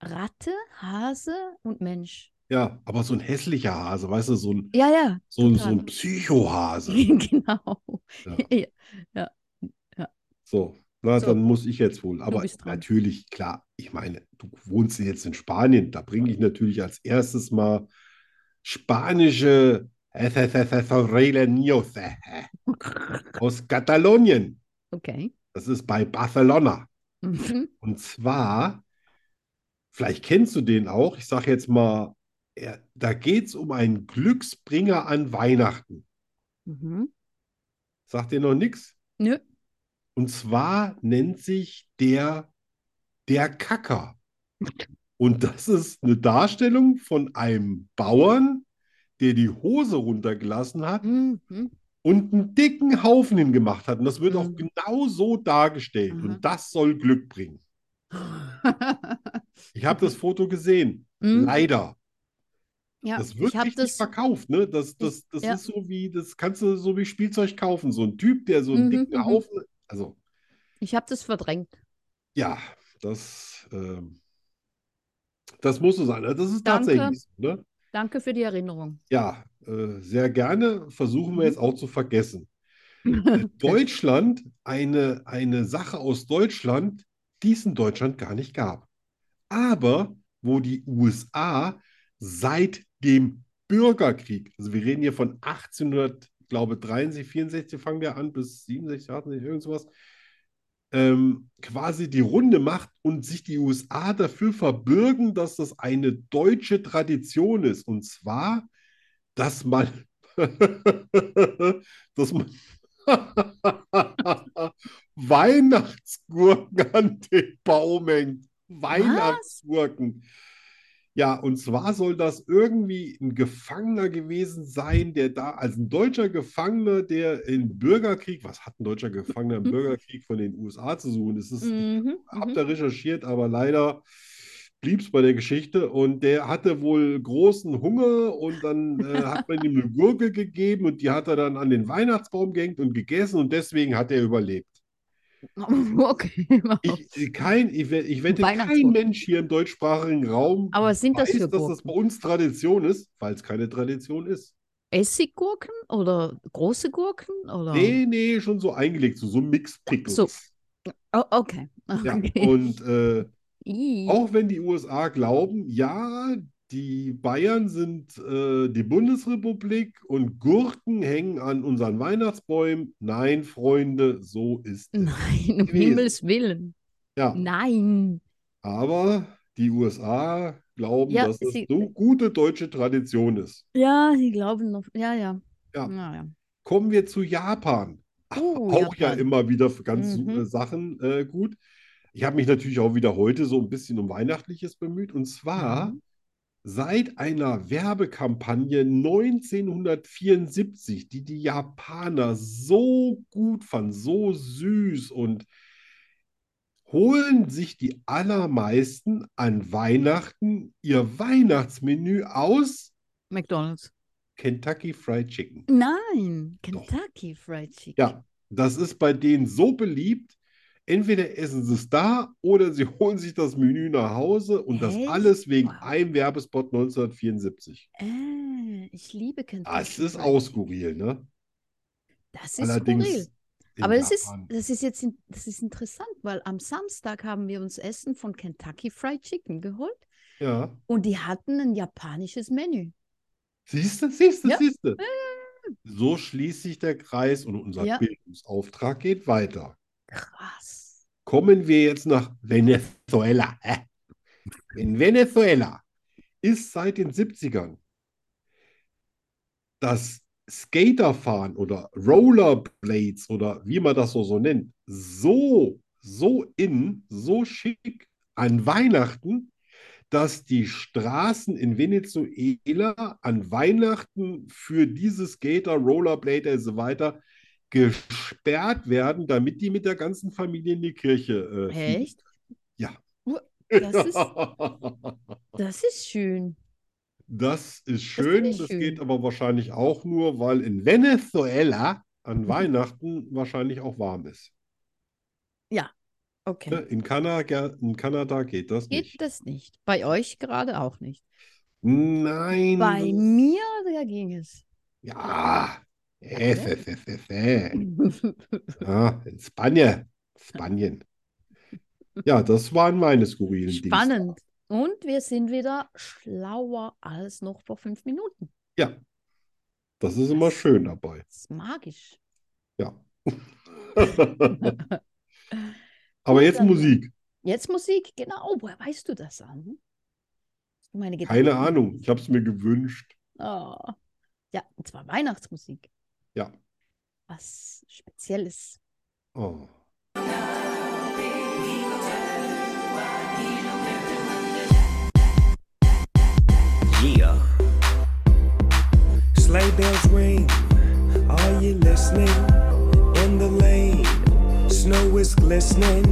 S1: Ratte, Hase und Mensch.
S2: Ja, aber so ein hässlicher Hase, weißt du, so ein,
S1: Ja, ja,
S2: so ein, so
S1: total.
S2: ein Psychohase.
S1: genau.
S2: Ja.
S1: Ja.
S2: So, na,
S1: So.
S2: dann muss ich jetzt wohl. Aber
S1: bist dran.
S2: natürlich, klar, ich meine, du wohnst jetzt in Spanien, da bringe ich natürlich als erstes mal spanische aus Katalonien.
S1: Okay.
S2: Das ist bei Barcelona.
S1: Mhm.
S2: Und zwar, vielleicht kennst du den auch, ich sage jetzt mal, er, da geht es um einen Glücksbringer an Weihnachten.
S1: Mhm.
S2: Sagt dir noch nichts?
S1: Nö.
S2: Und zwar nennt sich der der Kacker. Und das ist eine Darstellung von einem Bauern, der die Hose runtergelassen hat
S1: Mhm.
S2: und einen dicken Haufen hingemacht hat. Und das wird auch
S1: Mhm.
S2: genau so dargestellt.
S1: Aha.
S2: Und das soll Glück bringen. Ich habe das Foto gesehen.
S1: Mhm.
S2: Leider.
S1: Ja,
S2: Das wird
S1: ich habe
S2: richtig
S1: das.
S2: verkauft, ne? Das, das, das
S1: ja.
S2: ist so wie, das kannst du so wie Spielzeug kaufen. So ein Typ, der so einen
S1: Mhm,
S2: dicken
S1: mhm.
S2: Haufen. Also,
S1: Ich habe das verdrängt.
S2: ja, das, ähm, das muss so sein. Also Das ist
S1: Danke.
S2: tatsächlich so, ne?
S1: Danke für die Erinnerung.
S2: Ja, äh, sehr gerne. Versuchen wir
S1: Mhm.
S2: jetzt auch zu vergessen. Deutschland, eine, eine Sache aus Deutschland, die es in Deutschland gar nicht gab. Aber wo die USA seit dem Bürgerkrieg, also wir reden hier von 1800, glaube 63, 64 fangen wir an, bis 67, 68, irgend sowas, ähm, quasi die Runde macht und sich die USA dafür verbürgen, dass das eine deutsche Tradition ist. Und zwar, dass man, dass man Weihnachtsgurken an den Baum hängt. Weihnachtsgurken. Ja, und zwar soll das irgendwie ein Gefangener gewesen sein, der da, also ein deutscher Gefangener, der im Bürgerkrieg, was hat ein deutscher Gefangener im Bürgerkrieg von den USA zu suchen? Das ist, ich
S1: Mhm,
S2: habe
S1: mhm.
S2: da recherchiert, aber leider blieb es bei der Geschichte. Und der hatte wohl großen Hunger und dann äh, hat man ihm eine Gurke gegeben und die hat er dann an den Weihnachtsbaum gehängt und gegessen und deswegen hat er überlebt.
S1: Okay.
S2: Ich, kein, ich, we- ich wette, kein
S1: Weihnachtsgurke.
S2: Mensch hier im deutschsprachigen Raum
S1: Aber sind das
S2: weiß,
S1: für
S2: dass das
S1: Gurken?
S2: bei uns Tradition ist, weil es keine Tradition ist.
S1: Essiggurken oder große Gurken oder?
S2: Nee, nee, schon so eingelegt, so, so Mix-Pickles.
S1: Ah. So. Oh, okay.
S2: Ja, Oh.
S1: Okay.
S2: und äh,
S1: Ih.
S2: Auch wenn die USA glauben, ja, die Bayern sind äh, die Bundesrepublik und Gurken hängen an unseren Weihnachtsbäumen. Nein, Freunde, so ist es.
S1: Nein, um
S2: gewesen.
S1: Himmels Willen.
S2: Ja,
S1: Nein.
S2: aber die USA glauben,
S1: Ja,
S2: dass das
S1: sie-
S2: so gute deutsche Tradition ist.
S1: Ja, sie glauben noch. Ja, ja.
S2: Ja.
S1: Naja.
S2: Kommen wir zu Japan.
S1: Oh,
S2: auch ja
S1: Japan.
S2: immer wieder für ganz
S1: Mhm.
S2: äh, Sachen äh, gut. Ich habe mich natürlich auch wieder heute so ein bisschen um Weihnachtliches bemüht. Und zwar
S1: Mhm.
S2: seit einer Werbekampagne 1974, die die Japaner so gut fanden, so süß und holen sich die allermeisten an Weihnachten ihr Weihnachtsmenü aus
S1: McDonald's.
S2: Kentucky Fried Chicken.
S1: Nein. Kentucky Fried Chicken.
S2: Ja, das ist bei denen so beliebt. Entweder essen sie es da oder sie holen sich das Menü nach Hause und das
S1: Echt?
S2: alles wegen
S1: Wow.
S2: einem Werbespot 1974.
S1: Äh, ich liebe Kentucky.
S2: Das Ah, ist
S1: Fried
S2: auch
S1: Chicken.
S2: skurril, ne?
S1: Das ist skurril.
S2: Allerdings. in
S1: Aber das ist,
S2: Japan.
S1: das ist jetzt in, das ist interessant, weil am Samstag haben wir uns Essen von Kentucky Fried Chicken geholt
S2: Ja.
S1: und die hatten ein japanisches Menü.
S2: Siehst du, siehst du,
S1: Ja.
S2: siehst du. So schließt sich der Kreis und unser
S1: Ja.
S2: Bildungsauftrag geht weiter.
S1: Krass.
S2: Kommen wir jetzt nach Venezuela. Äh. In Venezuela ist seit den 70ern das Skaterfahren oder Rollerblades oder wie man das so, so nennt, so, so in, so schick an Weihnachten, dass die Straßen in Venezuela an Weihnachten für diese Skater, Rollerblader und so weiter gesperrt werden, damit die mit der ganzen Familie in die Kirche äh, fliegen.
S1: Echt?
S2: Ja.
S1: Uh, Das ist, das ist schön.
S2: Das ist
S1: Das
S2: schön,
S1: finde
S2: das
S1: ich schön.
S2: geht aber wahrscheinlich auch nur, weil in Venezuela
S1: Mhm.
S2: an Weihnachten wahrscheinlich auch warm ist. Ne?
S1: Okay.
S2: In Kanada, in Kanada geht das
S1: Geht
S2: Äh, nicht.
S1: das nicht? Bei euch gerade auch nicht.
S2: Nein.
S1: Bei mir, da ging es.
S2: Ja. Es, es, es, es, es. Ja, Ah, in Spanien. Spanien. Ja, das waren meine skurrilen Dienste.
S1: Spannend. Und wir sind wieder schlauer als noch vor fünf Minuten.
S2: Ja. Das ist immer schön dabei.
S1: Das ist magisch.
S2: Ja. Aber jetzt
S1: dann-
S2: Musik.
S1: Jetzt Musik, genau. Woher weißt du das an? Hast du Meine
S2: Keine
S1: Gedanken
S2: Ahnung.
S1: gelesen?
S2: Ich habe es mir gewünscht.
S1: Oh. Ja, und zwar Weihnachtsmusik.
S2: Ja.
S1: Was Spezielles.
S2: Oh.
S4: Yeah. Sleigh bells ring. Are you listening? In the lane, snow is glistening.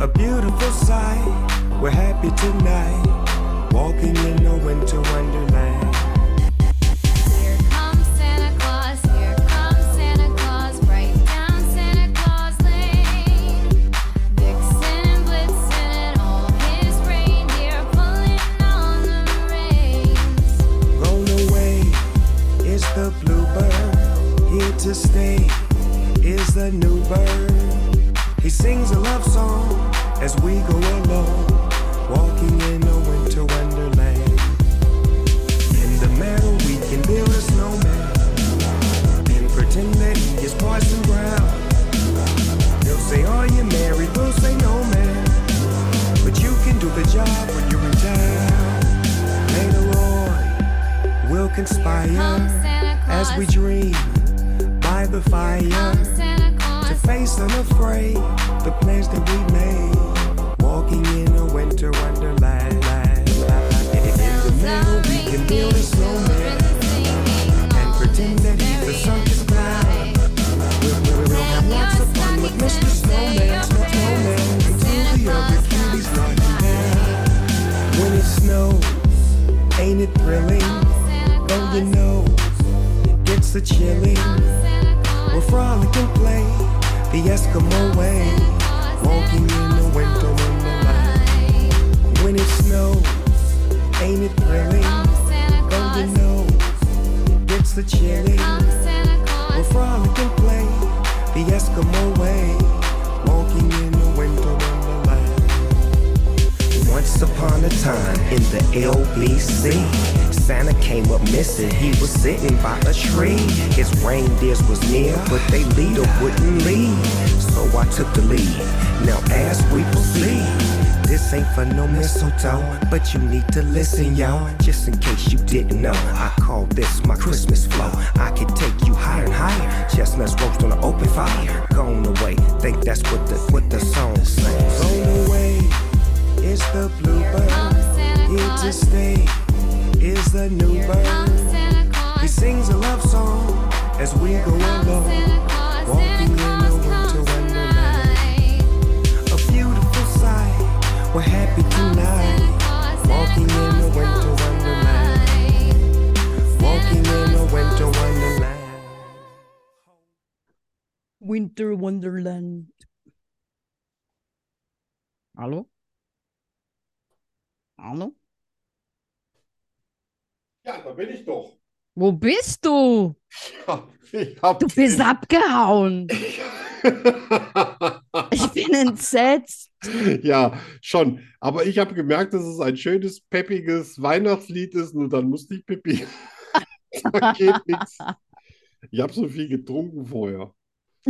S4: A beautiful sight. We're happy tonight. Walking in a winter wonderland.
S5: Here comes Santa Claus, here comes Santa Claus, right down Santa Claus Lane. Vixen, Blitzen, and all his reindeer pulling on the reins.
S4: Blown away is the bluebird. Here to stay is the new bird. He sings a love song as we go along, walking in a winter wonderland. In the meadow, we can build a snowman and pretend that he is Parson Brown. They'll say, Are you married? We'll say, No, man. But you can do the job when you're in town. Later on, We'll conspire
S5: Comes Santa
S4: as we
S5: Claus,
S4: dream by the
S5: comes
S4: fire
S5: Santa
S4: to
S5: Claus.
S4: face unafraid the plans that we made. Walking in a winter wonderland. In the middle, we can build a snowman and pretend that he's the sunken cloud. We'll, we'll, we'll have lots of fun with Mr. Snowman, Mr. Snowman, and do the other cuties like that. When it snows, ain't it thrilling? Though your nose gets a chilling, we'll frolic and play the Eskimo way, walking in the winter wonderland. When it snows, ain't it thrilling? Though your nose gets a chilling, we'll frolic and play the Eskimo way, walking in the winter wonderland. Once upon a time in the LBC, Santa came up missing. He was sitting by a tree. His reindeers was near, but they leader wouldn't leave. So I took the lead. Now as we proceed, this ain't for no mistletoe, but you need to listen, y'all. Just in case you didn't know, I call this my Christmas flow. I can take you higher and higher. Chestnuts roast on an open fire. Gone away, think that's what the what the song says. Gone away. It's the bluebird. Here to stay is the new bird. He sings a love song as we go along. walking in a winter wonderland. A beautiful sight. We're happy tonight. Walking in a winter wonderland. Walking in a winter wonderland.
S1: Winter Wonderland. Hallo? Hallo?
S2: Ja, da bin ich doch.
S1: Wo bist du?
S2: Ja, ich hab
S1: Du bist abgehauen. Ich bin entsetzt.
S2: Ja, schon. Aber ich habe gemerkt, dass es ein schönes, peppiges Weihnachtslied ist. Nur dann musste ich pipi. Da geht nichts. Ich habe so viel getrunken vorher.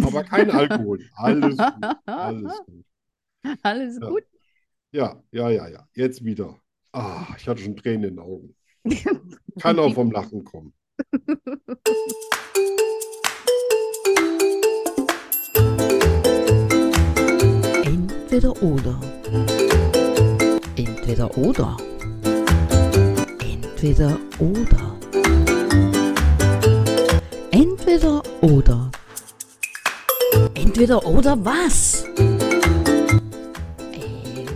S2: Aber kein Alkohol. Alles gut. Alles gut.
S1: Alles
S2: Ja.
S1: gut?
S2: Ja, ja, ja, ja. Jetzt wieder. Ah, ich hatte schon Tränen in den Augen. Kann auch vom Lachen kommen.
S3: Entweder oder. Entweder oder. Entweder oder. Entweder oder. Entweder oder was? Ähm,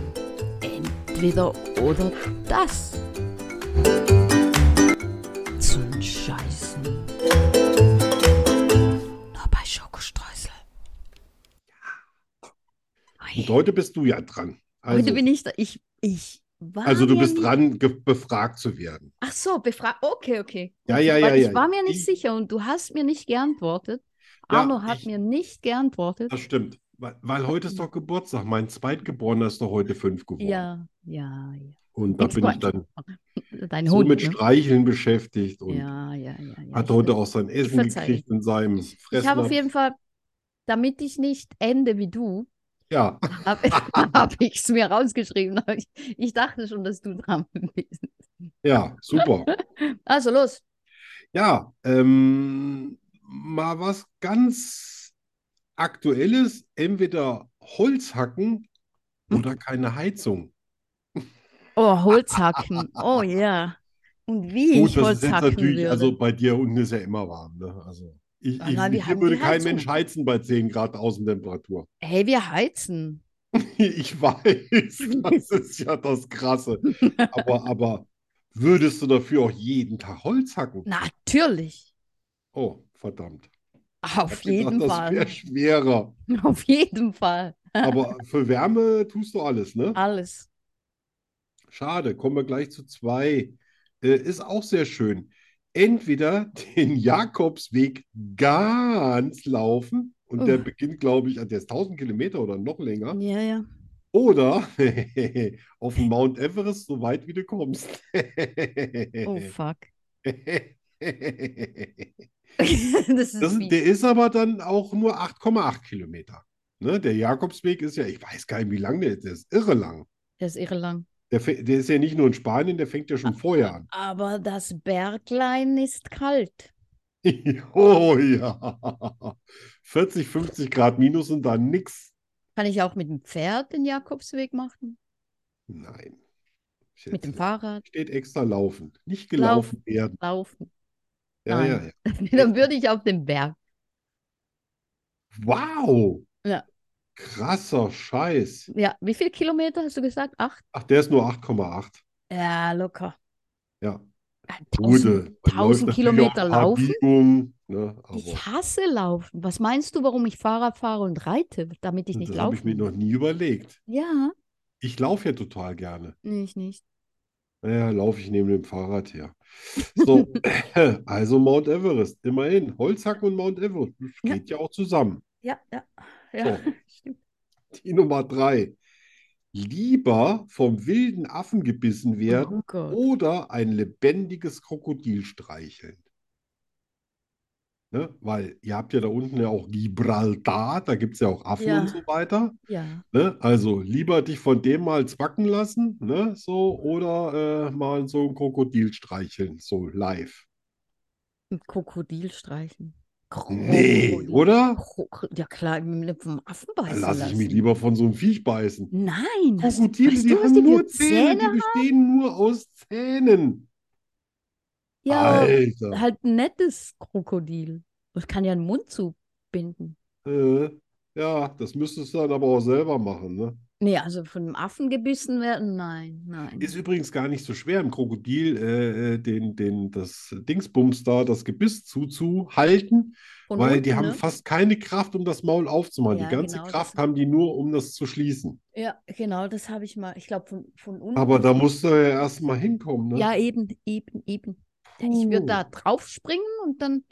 S3: Entweder oder das. Zum Scheißen. Nur bei Schokostreusel.
S2: Und heute bist du ja dran.
S1: Heute
S2: Also,
S1: bin ich da. Ich, ich war
S2: also du
S1: mir
S2: bist
S1: nicht-
S2: dran, ge- befragt zu werden.
S1: Ach so, befragt. Okay, okay.
S2: Ja, ja,
S1: Weil
S2: ja,
S1: ich
S2: ja.
S1: war mir nicht
S2: Ich-
S1: sicher und du hast mir nicht geantwortet.
S2: Ja,
S1: Arno hat
S2: ich-
S1: mir nicht geantwortet.
S2: Das stimmt. Weil, weil heute ist doch Geburtstag. Mein Zweitgeborener ist doch heute fünf geworden.
S1: Ja, ja, ja.
S2: Und da
S1: Jetzt
S2: bin ich
S1: mal-
S2: dann
S1: Dein
S2: so
S1: Hund,
S2: mit
S1: ne?
S2: Streicheln beschäftigt und
S1: Ja, ja, ja, ja.
S2: hat
S1: ich
S2: heute
S1: ver-
S2: auch sein Essen
S1: verzeihe.
S2: gekriegt in seinem
S1: Ich habe auf
S2: Fressnapf.
S1: jeden Fall, damit ich nicht ende wie du,
S2: Ja,
S1: habe hab ich es mir rausgeschrieben. Aber Ich, ich dachte schon, dass du dran bist.
S2: ja, super.
S1: Also los.
S2: Ja, ähm, mal was ganz Aktuelles, entweder Holz hacken oder keine Heizung.
S1: Oh, Holzhacken. Oh ja. Und wie
S2: Gut,
S1: ich
S2: das ist jetzt
S1: Holzhacken
S2: natürlich,
S1: Hm. würde.
S2: also bei dir unten ist ja immer warm, ne? Also ich,
S1: Ah,
S2: ich,
S1: nein, wir
S2: hier
S1: haben die
S2: würde kein
S1: Heizung.
S2: Mensch heizen bei 10 Grad Außentemperatur.
S1: hey, wir heizen.
S2: Ich weiß, das ist ja das Krasse. Aber, aber würdest du dafür auch jeden Tag Holz hacken?
S1: Natürlich.
S2: Oh, verdammt. Ich
S1: Auf
S2: hab gedacht,
S1: jeden
S2: das wäre
S1: Fall.
S2: schwerer.
S1: Auf jeden Fall.
S2: Aber für Wärme tust du alles, ne?
S1: Alles.
S2: Schade, kommen wir gleich zu zwei. Äh, ist auch sehr schön. Entweder den Jakobsweg ganz laufen, und der
S1: Uff.
S2: beginnt, glaube ich, der ist 1000 Kilometer oder noch länger,
S1: Ja, ja.
S2: oder auf den Mount Everest, so weit wie du kommst.
S1: Oh,
S2: Äh,
S1: fuck. das ist
S2: Das,
S1: wie-
S2: der ist aber dann auch nur 8,8 Kilometer. Ne? Der Jakobsweg ist ja, ich weiß gar nicht, wie lang der ist, der ist irre lang.
S1: der ist irre lang.
S2: Der, fä- der ist ja nicht nur in Spanien, der fängt ja schon vorher an.
S1: Aber das Berglein ist kalt.
S2: Oh ja. 40, 50 Grad minus und dann nix.
S1: Kann ich auch mit dem Pferd den Jakobsweg machen?
S2: Nein. Ich
S1: Mit dem
S2: hätte-
S1: Fahrrad
S2: Steht extra laufen, nicht
S1: Laufen.
S2: gelaufen werden.
S1: laufen?
S2: Ja, ja, ja.
S1: Dann würde ich auf den Berg.
S2: Wow.
S1: Ja.
S2: Krasser Scheiß.
S1: Ja, wie viele Kilometer hast du gesagt? Acht?
S2: Ach, der ist nur 8,8.
S1: Ja, locker.
S2: Ja.
S1: Ja,
S2: Gute. Man läuft
S1: 1000
S2: natürlich
S1: Kilometer
S2: auch ein paar
S1: laufen?
S2: Biegungen, ne? Aber
S1: Ich hasse Laufen. Was meinst du, warum ich Fahrrad fahre und reite, damit ich nicht
S2: das habe ich
S1: laufen
S2: mir noch nie überlegt.
S1: Ja,
S2: Ich laufe ja total gerne.
S1: nee, ich nicht.
S2: Naja, laufe ich neben dem Fahrrad her. So, also Mount Everest, immerhin. Holzhacken und Mount Everest, das
S1: Ja.
S2: geht ja auch zusammen.
S1: Ja, ja,
S2: ja, So.
S1: stimmt.
S2: Die Nummer drei. Lieber vom wilden Affen gebissen werden
S1: Oh Gott.
S2: oder ein lebendiges Krokodil streicheln. Ne? Weil ihr habt ja da unten ja auch Gibraltar, da gibt es ja auch Affen
S1: Ja.
S2: und so weiter.
S1: Ja.
S2: Ne? Also lieber dich von dem mal zwacken lassen, ne? So, oder äh, mal so ein Krokodil streicheln, so live.
S1: Ein Krokodil streichen.
S2: Nee,
S1: Krokodil.
S2: oder?
S1: Kroko- Ja klar, mit dem Affen
S2: Dann
S1: beißen
S2: lasse ich
S1: lassen.
S2: mich lieber von so einem Viech beißen.
S1: Nein, hast du,
S2: Krokodile,
S1: weißt
S2: die
S1: du, was
S2: haben
S1: die
S2: nur
S1: für
S2: Zähne,
S1: Zähne
S2: die bestehen nur aus Zähnen.
S1: Ja,
S2: Alter.
S1: halt ein nettes Krokodil. Das kann ja einen Mund zubinden.
S2: Äh, Ja, das müsstest du dann aber auch selber machen. Ne?
S1: Nee, also von einem Affen gebissen werden? Nein, nein.
S2: Ist übrigens gar nicht so schwer, im Krokodil äh, äh, den, den, das Dingsbums da, das Gebiss zuzuhalten,
S1: Von
S2: weil
S1: unten,
S2: die haben
S1: ne?
S2: fast keine Kraft, um das Maul aufzumachen.
S1: Ja,
S2: die ganze
S1: genau, das-
S2: Kraft haben die nur, um das zu schließen.
S1: Ja, genau, das habe ich mal. Ich glaube, von, von unten.
S2: Aber da musst du ja erst mal hinkommen. Ne?
S1: Mhm. Ja, eben, eben, eben. Ich würde
S2: Puh.
S1: da drauf springen und dann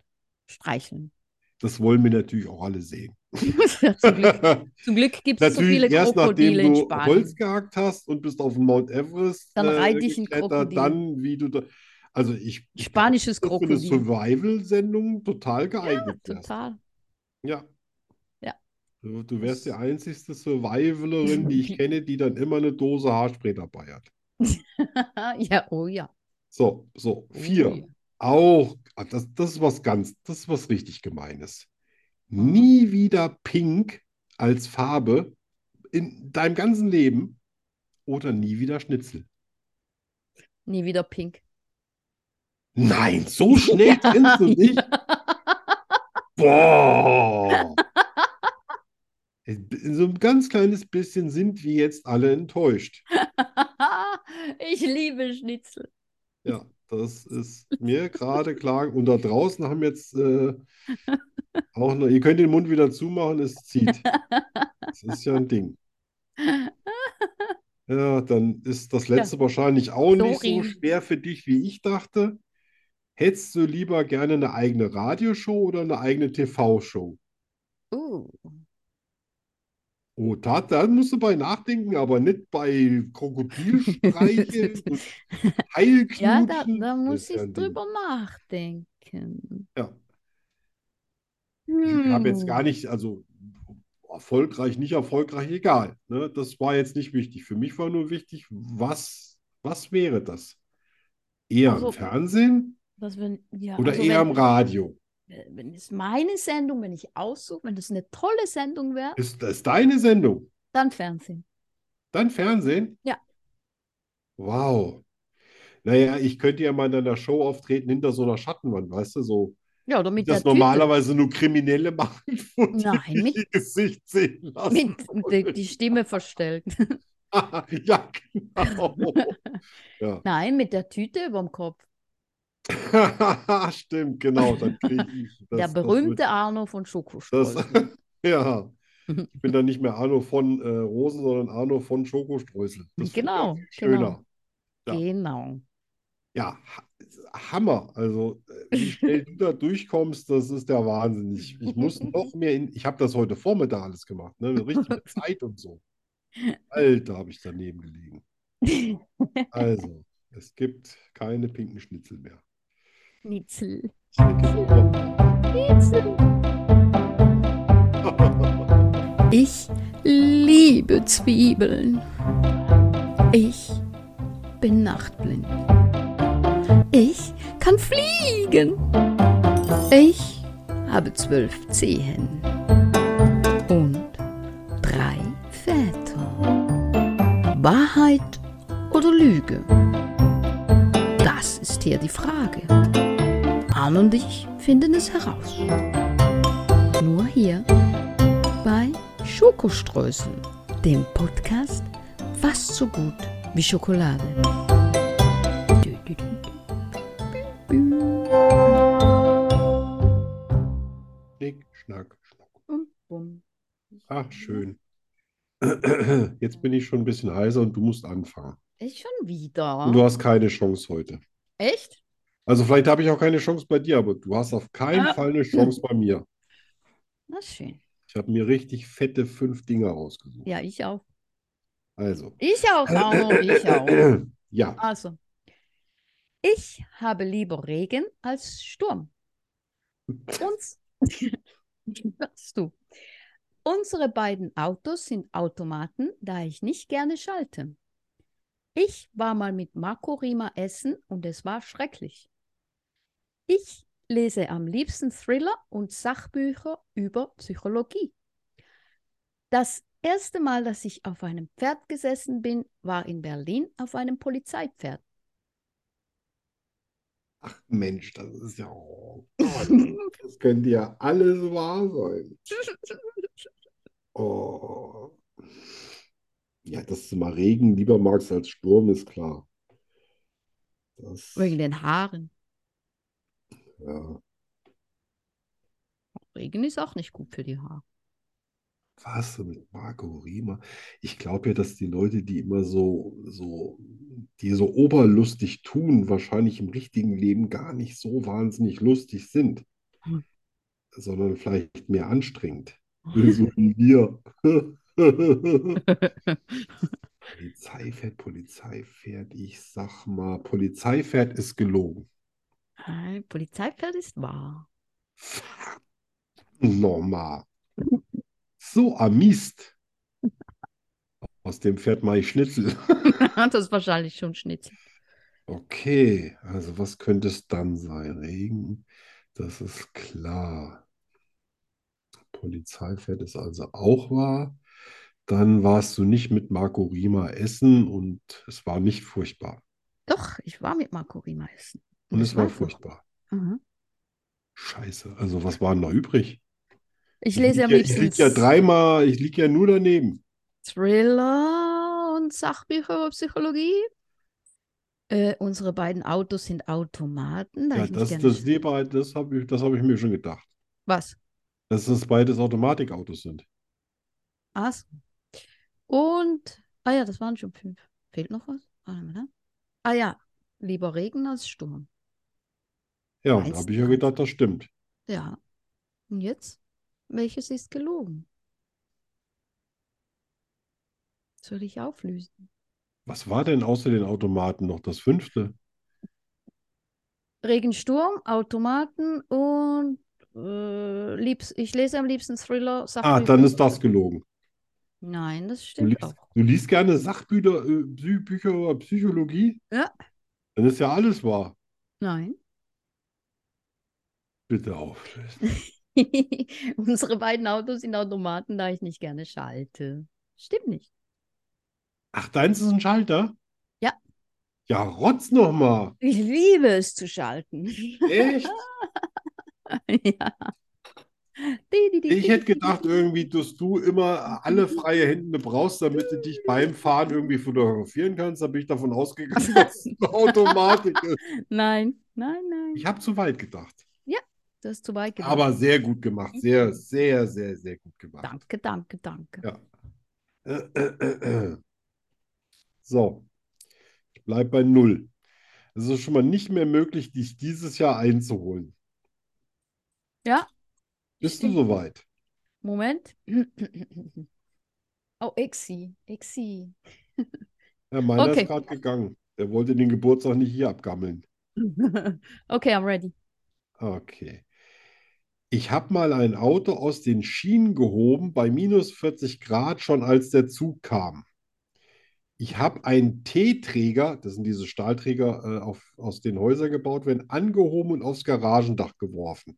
S1: streicheln.
S2: Das wollen wir natürlich auch alle sehen.
S1: Zum Glück, zum Glück gibt es so
S2: Natürlich
S1: viele
S2: erst nachdem
S1: Krokodile in
S2: du
S1: Spanien.
S2: Holz gehackt hast und bist auf den Mount Everest äh,
S1: Dann reite ich ein
S2: geklettert,
S1: Krokodil.
S2: dann wie du da, also ich, ich
S1: Spanisches
S2: glaub, das ist für eine
S1: Krokodil.
S2: Survival-Sendung total geeignet wärst.
S1: Total.
S2: Ja.
S1: Ja.
S2: Du, du wärst die einzigste Survivalerin, die ich kenne, die dann immer eine Dose Haarspray dabei hat.
S1: Ja, oh ja.
S2: So, so,
S1: Oh
S2: vier.
S1: ja.
S2: Auch, ah, das, das ist was ganz, das ist was richtig Gemeines. Nie wieder Pink als Farbe in deinem ganzen Leben oder nie wieder Schnitzel.
S1: Nie wieder pink.
S2: Nein, so schnell kennst du nicht. Boah. So ein ganz kleines bisschen sind wir jetzt alle enttäuscht.
S1: Ich liebe Schnitzel.
S2: Ja, das ist mir gerade klar. Und da draußen haben jetzt äh, auch noch, ihr könnt den Mund wieder zumachen, es zieht. Das ist ja ein Ding. Ja, dann ist das letzte wahrscheinlich auch nicht so
S1: Sorry.
S2: schwer für dich, wie ich dachte. Hättest du lieber gerne eine eigene Radioshow oder eine eigene TV-Show?
S1: Uh,
S2: Oh, da, da musst du bei nachdenken, aber nicht bei Krokodilstreicheln und
S1: ja, da,
S2: Heilknutschen.
S1: da
S2: Das
S1: muss
S2: ist
S1: ich
S2: ja ein Ding.
S1: drüber nachdenken.
S2: Ja.
S1: Hm.
S2: Ich habe jetzt gar nicht, also erfolgreich, nicht erfolgreich, egal. Ne? Das war jetzt nicht wichtig. Für mich war nur wichtig, was, was wäre das? Eher
S1: Also-
S2: im Fernsehen
S1: Dass wenn, ja,
S2: oder
S1: also
S2: eher
S1: wenn,
S2: im Radio?
S1: wenn es meine Sendung, wenn ich aussuche, wenn das eine tolle Sendung wäre,
S2: Ist das deine Sendung?
S1: dann Fernsehen.
S2: Dann Fernsehen?
S1: Ja.
S2: Wow. Naja, ich könnte ja mal in einer Show auftreten hinter so einer Schattenwand, weißt du, so
S1: Ja, oder
S2: wie
S1: mit der
S2: das
S1: Tüte.
S2: normalerweise nur Kriminelle machen, wo die
S1: Nein,
S2: sich
S1: mit-
S2: ihr Gesicht sehen lassen
S1: Mit, die,
S2: wollen.
S1: die Stimme verstellt.
S2: Ja, genau. Ja.
S1: Nein, mit der Tüte überm Kopf.
S2: Stimmt, genau. Dann krieg ich
S1: Der
S2: das, das
S1: berühmte Arno von
S2: Das,
S1: Schokostreuseln.
S2: ja. Ich bin dann nicht mehr Arno von äh, Rosen, sondern Arno von Schokostreusel. Das finde ich
S1: Genau,
S2: irgendwie
S1: genau.
S2: schöner. ja.
S1: Genau.
S2: Ja, ha- Hammer. Also, äh, wie schnell du da durchkommst, das ist der Wahnsinn. Ich, ich muss noch mehr in. Ich habe das heute Vormittag alles gemacht, ne? Mit richtiger Zeit und so. Alter, habe ich daneben gelegen. Also, es gibt keine pinken Schnitzel mehr.
S1: Schnitzel.
S3: Ich liebe Zwiebeln. Ich bin nachtblind. Ich kann fliegen. Ich habe zwölf Zehen und drei Väter. Wahrheit oder Lüge? Das ist hier die Frage. Arne und ich finden es heraus. Nur hier bei Schokoströßen, dem Podcast fast so gut wie Schokolade. Dü, dü, dü, dü, dü, dü.
S2: Schnick, schnack, schnuck.
S1: Bum, bum.
S2: Ach, schön. Jetzt bin ich schon ein bisschen heiser und du musst anfangen.
S1: Ist schon wieder.
S2: Und du hast keine Chance heute.
S1: Echt?
S2: Also vielleicht habe ich auch keine Chance bei dir, aber du hast auf keinen
S1: Ah.
S2: Fall eine Chance bei mir.
S1: Na schön.
S2: Ich habe mir richtig fette fünf Dinge rausgesucht.
S1: Ja, ich auch.
S2: Also,
S1: Ich auch, Arno, Genau, ich auch.
S2: ja,
S1: Also, ich habe lieber Regen als Sturm. Uns, hörst du. Unsere beiden Autos sind Automaten, da ich nicht gerne schalte. Ich war mal mit Marco Rima essen und es war schrecklich. Ich lese am liebsten Thriller und Sachbücher über Psychologie. Das erste Mal, dass ich auf einem Pferd gesessen bin, war in Berlin auf einem Polizeipferd.
S2: Mensch, das ist ja... Oh Gott, das könnte ja alles wahr sein. Oh. Ja, dass du mal Regen lieber magst als Sturm, ist klar. Das,
S1: Wegen den Haaren.
S2: ja.
S1: Regen ist auch nicht gut für die Haare.
S2: Was so mit Marco Riemer? Ich glaube ja, dass die Leute, die immer so, so, die so oberlustig tun, wahrscheinlich im richtigen Leben gar nicht so wahnsinnig lustig sind,
S1: Hm.
S2: sondern vielleicht mehr anstrengend. So wie wir. Polizei fährt, Polizei fährt, ich sag mal, Polizei fährt ist gelogen.
S1: Ein Polizeipferd ist wahr.
S2: Normal. So amist. Aus dem fährt mal ich Schnitzel.
S1: das ist wahrscheinlich schon Schnitzel.
S2: Okay, also was könnte es dann sein? Regen, das ist klar. Polizeifährt ist also auch wahr. Dann warst du nicht mit Marco Rima essen und es war nicht furchtbar.
S1: Doch, ich war mit Marco Rima essen.
S2: Und es
S1: Ich
S2: war
S1: weiß noch.
S2: furchtbar.
S1: Mhm.
S2: Scheiße, also was war denn noch übrig?
S1: Ich lese am
S2: lieg ja, ich
S1: liebsten
S2: lieg ja dreimal, ich lieg ja nur daneben.
S1: Thriller und Sachbücher über Psychologie. Äh, unsere beiden Autos sind Automaten. Da
S2: Ja,
S1: ich mich
S2: das,
S1: gar
S2: das,
S1: nicht-
S2: Leber- das habe ich, das hab ich mir schon gedacht,
S1: Was?
S2: dass das beides Automatikautos sind.
S1: Ass. Und, ah ja, das waren schon fünf. Fehlt noch was? Warte mal, ne? Ah ja, lieber Regen als Sturm.
S2: Ja, da
S1: Eins,
S2: habe ich ja
S1: eins.
S2: gedacht, das stimmt.
S1: Ja. Und jetzt? Welches ist gelogen? Soll ich auflösen?
S2: Was war denn außer den Automaten noch das fünfte?
S1: Regen, Sturm, Automaten und äh, liebs ich lese am liebsten Thriller.
S2: Ah,
S1: Sachbücher.
S2: dann ist das gelogen.
S1: Nein, das
S2: Du
S1: stimmt
S2: liest,
S1: auch.
S2: du liest gerne Sachbücher äh, Psy- Bücher über Psychologie?
S1: Ja.
S2: Dann ist ja alles wahr.
S1: Nein.
S2: Bitte auflösen.
S1: Unsere beiden Autos sind Automaten, da ich nicht gerne schalte. Stimmt nicht.
S2: Ach, deins ist ein Schalter?
S1: Ja.
S2: Ja, rotz noch mal.
S1: Ich liebe es zu schalten.
S2: Echt?
S1: ja. Di, di, di,
S2: Ich
S1: di,
S2: hätte
S1: di,
S2: gedacht,
S1: di, di.
S2: irgendwie, dass du immer alle freie Hände brauchst, damit du dich beim Fahren irgendwie fotografieren kannst. Da bin ich davon ausgegangen, dass es eine Automatik ist.
S1: Nein, nein, nein.
S2: Ich habe zu weit gedacht.
S1: Du hast zu weit gedacht.
S2: Aber sehr gut gemacht. Sehr, sehr, sehr, sehr gut gemacht.
S1: danke, danke, danke.
S2: Ja. Äh, äh, äh, äh. So, ich bleibe bei null. Es ist schon mal nicht mehr möglich, dich dieses Jahr einzuholen.
S1: Ja.
S2: Bist du soweit?
S1: Moment. Oh, Exi, Exi.
S2: Ja, meiner
S1: Okay.
S2: ist gerade gegangen. Er wollte den Geburtstag nicht hier abgammeln.
S1: Okay, I'm ready.
S2: Okay. Ich habe mal ein Auto aus den Schienen gehoben bei minus 40 Grad, schon als der Zug kam. Ich habe einen T-Träger, das sind diese Stahlträger, äh, auf, aus den Häusern gebaut werden, angehoben und aufs Garagendach geworfen.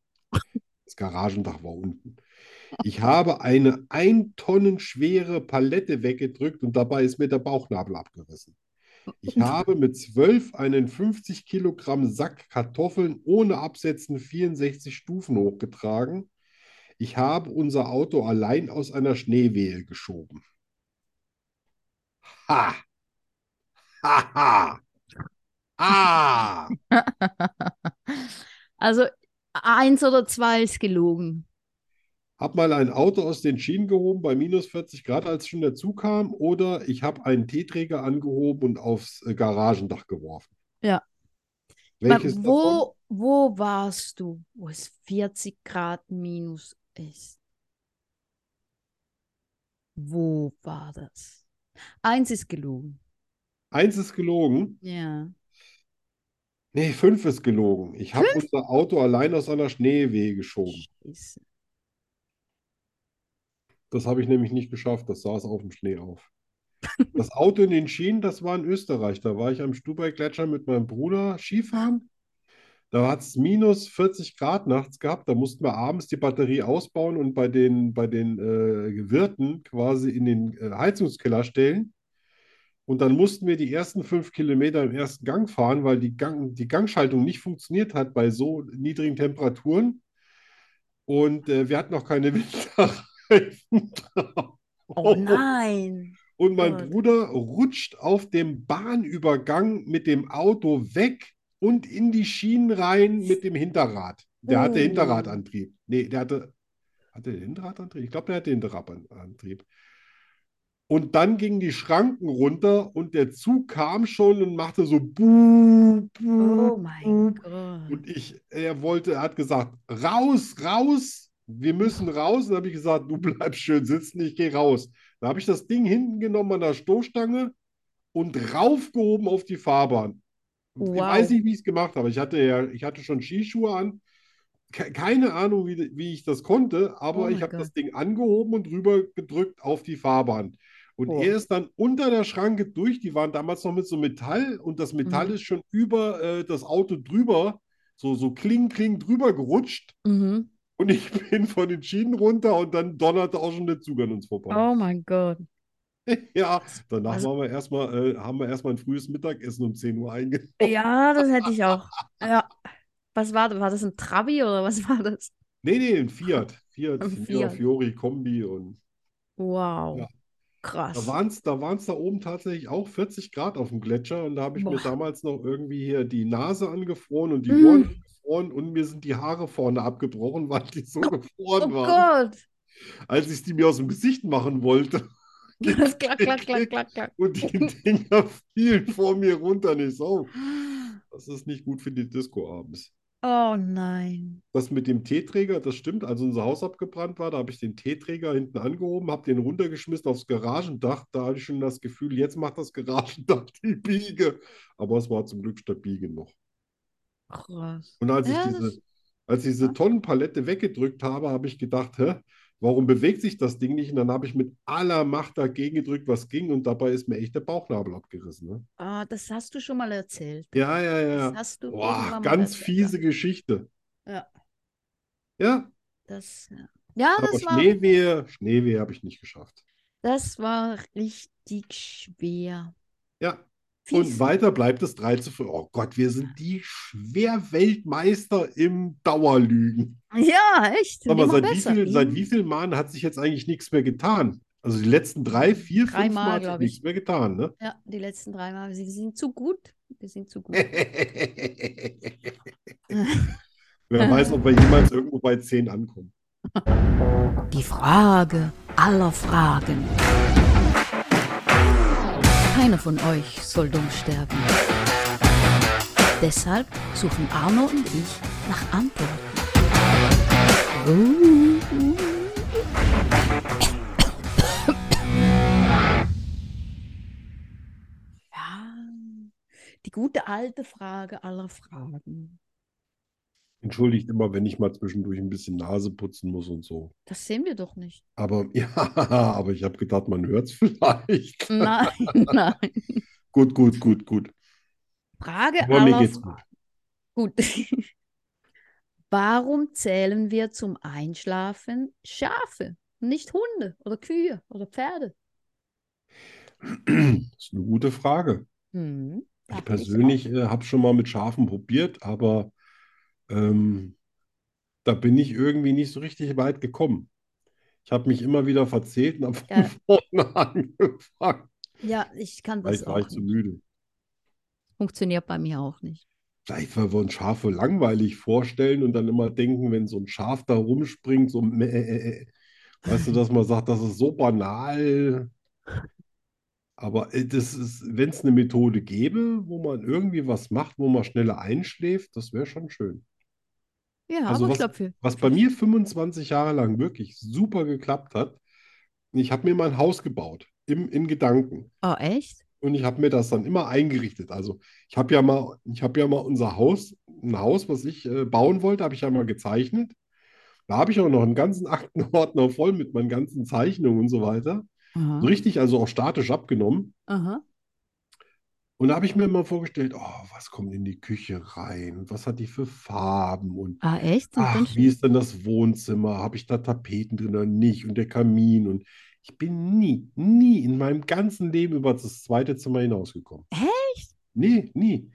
S2: Das Garagendach war unten. Ich habe eine ein Tonnen schwere Palette weggedrückt und dabei ist mir der Bauchnabel abgerissen. Ich habe mit 12 einen 50 Kilogramm Sack Kartoffeln ohne Absetzen 64 Stufen hochgetragen. Ich habe unser Auto allein aus einer Schneewehe geschoben. Ha! Ha, ha! Ah!
S1: Also, eins oder zwei ist gelogen.
S2: Hab mal ein Auto aus den Schienen gehoben bei minus 40 Grad, als schon der Zug kam, oder ich habe einen Teeträger angehoben und aufs äh, Garagendach geworfen.
S1: Ja.
S2: Welches
S1: Weil
S2: davon?
S1: wo, wo warst du, wo es 40 Grad minus ist? Wo war das? Eins ist gelogen.
S2: Eins ist gelogen.
S1: Ja.
S2: Nee, fünf ist gelogen. Ich habe unser Auto allein aus einer Schneewehe geschoben.
S1: Scheiße.
S2: Das habe ich nämlich nicht geschafft. Das saß auf dem Schnee auf. Das Auto in den Schienen, das war in Österreich. Da war ich am Stubai-Gletscher mit meinem Bruder Skifahren. Da hat es minus 40 Grad nachts gehabt. Da mussten wir abends die Batterie ausbauen und bei den, bei den äh, Wirten quasi in den äh, Heizungskeller stellen. Und dann mussten wir die ersten fünf Kilometer im ersten Gang fahren, weil die Gang, die Gangschaltung nicht funktioniert hat bei so niedrigen Temperaturen. Und äh, wir hatten noch keine Winterreifen. Streifen drauf.
S6: Oh nein.
S2: Und mein
S6: Gott.
S2: Bruder rutscht auf dem Bahnübergang mit dem Auto weg und in die Schienen rein mit dem Hinterrad. Der hatte
S6: Oh.
S2: Hinterradantrieb. Nee, der hatte. Hatte der Hinterradantrieb? Ich glaube, der hatte Hinterradantrieb. Und dann gingen die Schranken runter und der Zug kam schon und machte so buh, buh,
S6: Oh mein Gott.
S2: und ich, er wollte, er hat gesagt, raus, raus, wir müssen raus. Und dann habe ich gesagt, du bleibst schön sitzen, ich gehe raus. Dann habe ich das Ding hinten genommen an der Stoßstange und raufgehoben auf die Fahrbahn. Ich
S6: Wow.
S2: weiß nicht, wie ich es gemacht habe. Ich hatte ja, ich hatte schon Skischuhe an. Ke- Keine Ahnung, wie, wie ich das konnte,
S6: Oh
S2: aber
S6: mein
S2: ich habe
S6: Gott.
S2: das Ding angehoben und rüber gedrückt auf die Fahrbahn. Und
S6: Oh.
S2: er ist dann unter der Schranke durch. Die waren damals noch mit so Metall und das Metall
S6: Mhm.
S2: ist schon über äh, das Auto drüber, so, so kling, kling drüber gerutscht.
S6: Mhm.
S2: Und ich bin von den Schienen runter und dann donnerte auch schon der Zug an uns vorbei.
S6: Oh mein Gott.
S2: Ja, danach
S6: Also-
S2: waren wir erstmal, äh, haben wir erstmal ein frühes Mittagessen um 10 Uhr eingenommen.
S1: Oh.
S6: Ja, das hätte ich auch. Ja. Was war das? War das ein Trabi oder was war das?
S2: Nee, nee, ein Fiat. Fiat,
S6: Ein
S2: Fiat
S6: Fiat.
S2: Fiori Kombi und.
S6: Wow.
S2: Ja. Da
S6: Krass.
S2: waren es da waren's da oben tatsächlich auch 40 Grad auf dem Gletscher und da habe ich mir
S6: Boah.
S2: damals noch irgendwie hier die Nase angefroren und die
S6: Mm.
S2: Ohren angefroren und mir sind die Haare vorne abgebrochen, weil die so
S6: Oh
S2: gefroren waren.
S6: Gott.
S2: Als ich die mir aus dem Gesicht machen wollte
S6: Klack, klack, klack, klack, klack.
S2: und die Dinger fielen vor mir runter nicht so. oh, Das ist nicht gut für die Disco abends.
S6: Oh nein.
S2: Das mit dem Teeträger, das stimmt, als unser Haus abgebrannt war, da habe ich den Teeträger hinten angehoben, habe den runtergeschmissen aufs Garagendach. Da hatte ich schon das Gefühl, jetzt macht das Garagendach die Biege. Aber es war zum Glück statt Biege noch.
S6: Krass.
S2: Und als ich
S6: Ja,
S2: diese,
S6: das,
S2: als ich diese Tonnenpalette weggedrückt habe, habe ich gedacht, hä, warum bewegt sich das Ding nicht? Und dann habe ich mit aller Macht dagegen gedrückt, was ging. Und dabei ist mir echt der Bauchnabel abgerissen. Ne?
S1: Ah, das hast du schon mal erzählt.
S2: Ja, ja,
S1: Das
S2: ja.
S1: hast du
S2: Boah,
S1: irgendwann mal
S2: ganz
S1: erzählt, ja.
S2: fiese Geschichte.
S1: Ja.
S2: Ja,
S1: Das, ja. ja,
S2: aber
S1: das war,
S2: Schneewehe, Schneewehe habe ich nicht geschafft.
S1: das war richtig schwer.
S2: Ja,
S1: Fies.
S2: und weiter bleibt es 3 zu 5. Oh Gott, wir sind die Schwerweltmeister im Dauerlügen.
S1: Ja, echt.
S2: Aber
S1: immer
S2: seit wie
S1: besser. Hm.
S2: viel, seit wie vielen Malen hat sich jetzt eigentlich nichts mehr getan? Also die letzten drei, vier,
S1: Drei
S2: fünf Mal
S1: Mal,
S2: hat sich
S1: glaub
S2: nichts mehr getan, ne?
S1: Ja, die letzten drei Mal. Sie sind zu gut. Wir sind zu
S2: Äh.
S1: gut.
S2: Wer weiß, ob wir jemals irgendwo bei 10 ankommen.
S3: Die Frage aller Fragen. Keiner von euch soll dumm sterben. Deshalb suchen Arno und ich nach Antworten.
S1: Ja, die gute alte Frage aller Fragen.
S2: Entschuldigt immer, wenn ich mal zwischendurch ein bisschen Nase putzen muss und so.
S1: Das sehen wir doch nicht.
S2: Aber ja, aber ich habe gedacht, man hört es vielleicht.
S1: Nein, nein.
S2: Gut, gut, gut, gut.
S1: Frage
S2: Aber mir
S1: aller
S2: geht's gut.
S1: Gut. Warum zählen wir zum Einschlafen Schafe, nicht Hunde oder Kühe oder Pferde?
S2: Das ist eine gute Frage.
S1: Hm,
S2: Ich
S1: hab
S2: persönlich äh, habe schon mal mit Schafen probiert, aber ähm, da bin ich irgendwie nicht so richtig weit gekommen. Ich habe mich immer wieder verzählt und habe von
S1: Ja.
S2: vorne angefangen.
S1: auch. Ja, ich kann das
S2: Vielleicht war
S1: auch
S2: ich zu
S1: nicht.
S2: müde.
S1: Funktioniert bei mir auch nicht.
S2: Vielleicht, weil wir uns Schafe langweilig vorstellen und dann immer denken, wenn so ein Schaf da rumspringt, so meh, äh, äh, weißt du, dass man sagt, das ist so banal. Aber äh, das ist, wenn es eine Methode gäbe, wo man irgendwie was macht, wo man schneller einschläft, das wäre schon schön.
S1: Ja,
S2: Also
S1: aber
S2: was-
S1: ich glaube, für
S2: Was bei mir 25 Jahre lang wirklich super geklappt hat, ich habe mir mein Haus gebaut, im, in Gedanken.
S1: Oh, echt?
S2: Und ich habe mir das dann immer eingerichtet. Also ich habe ja mal, ich habe ja mal unser Haus, ein Haus, was ich äh, bauen wollte, habe ich ja mal gezeichnet. Da habe ich auch noch einen ganzen Aktenordner voll mit meinen ganzen Zeichnungen und so weiter. So
S3: Mhm.
S1: Aha.
S2: richtig, also auch statisch abgenommen.
S1: Aha.
S2: Und da habe ich mir immer vorgestellt, oh, was kommt in die Küche rein? Und was hat die für Farben? Und
S1: Ah, echt? Und dann
S2: Ach, wie ist denn das Wohnzimmer? Habe ich da Tapeten drin oder nicht? Und der Kamin. Und ich bin nie, nie in meinem ganzen Leben über das zweite Zimmer hinausgekommen. Echt? Nee, nie.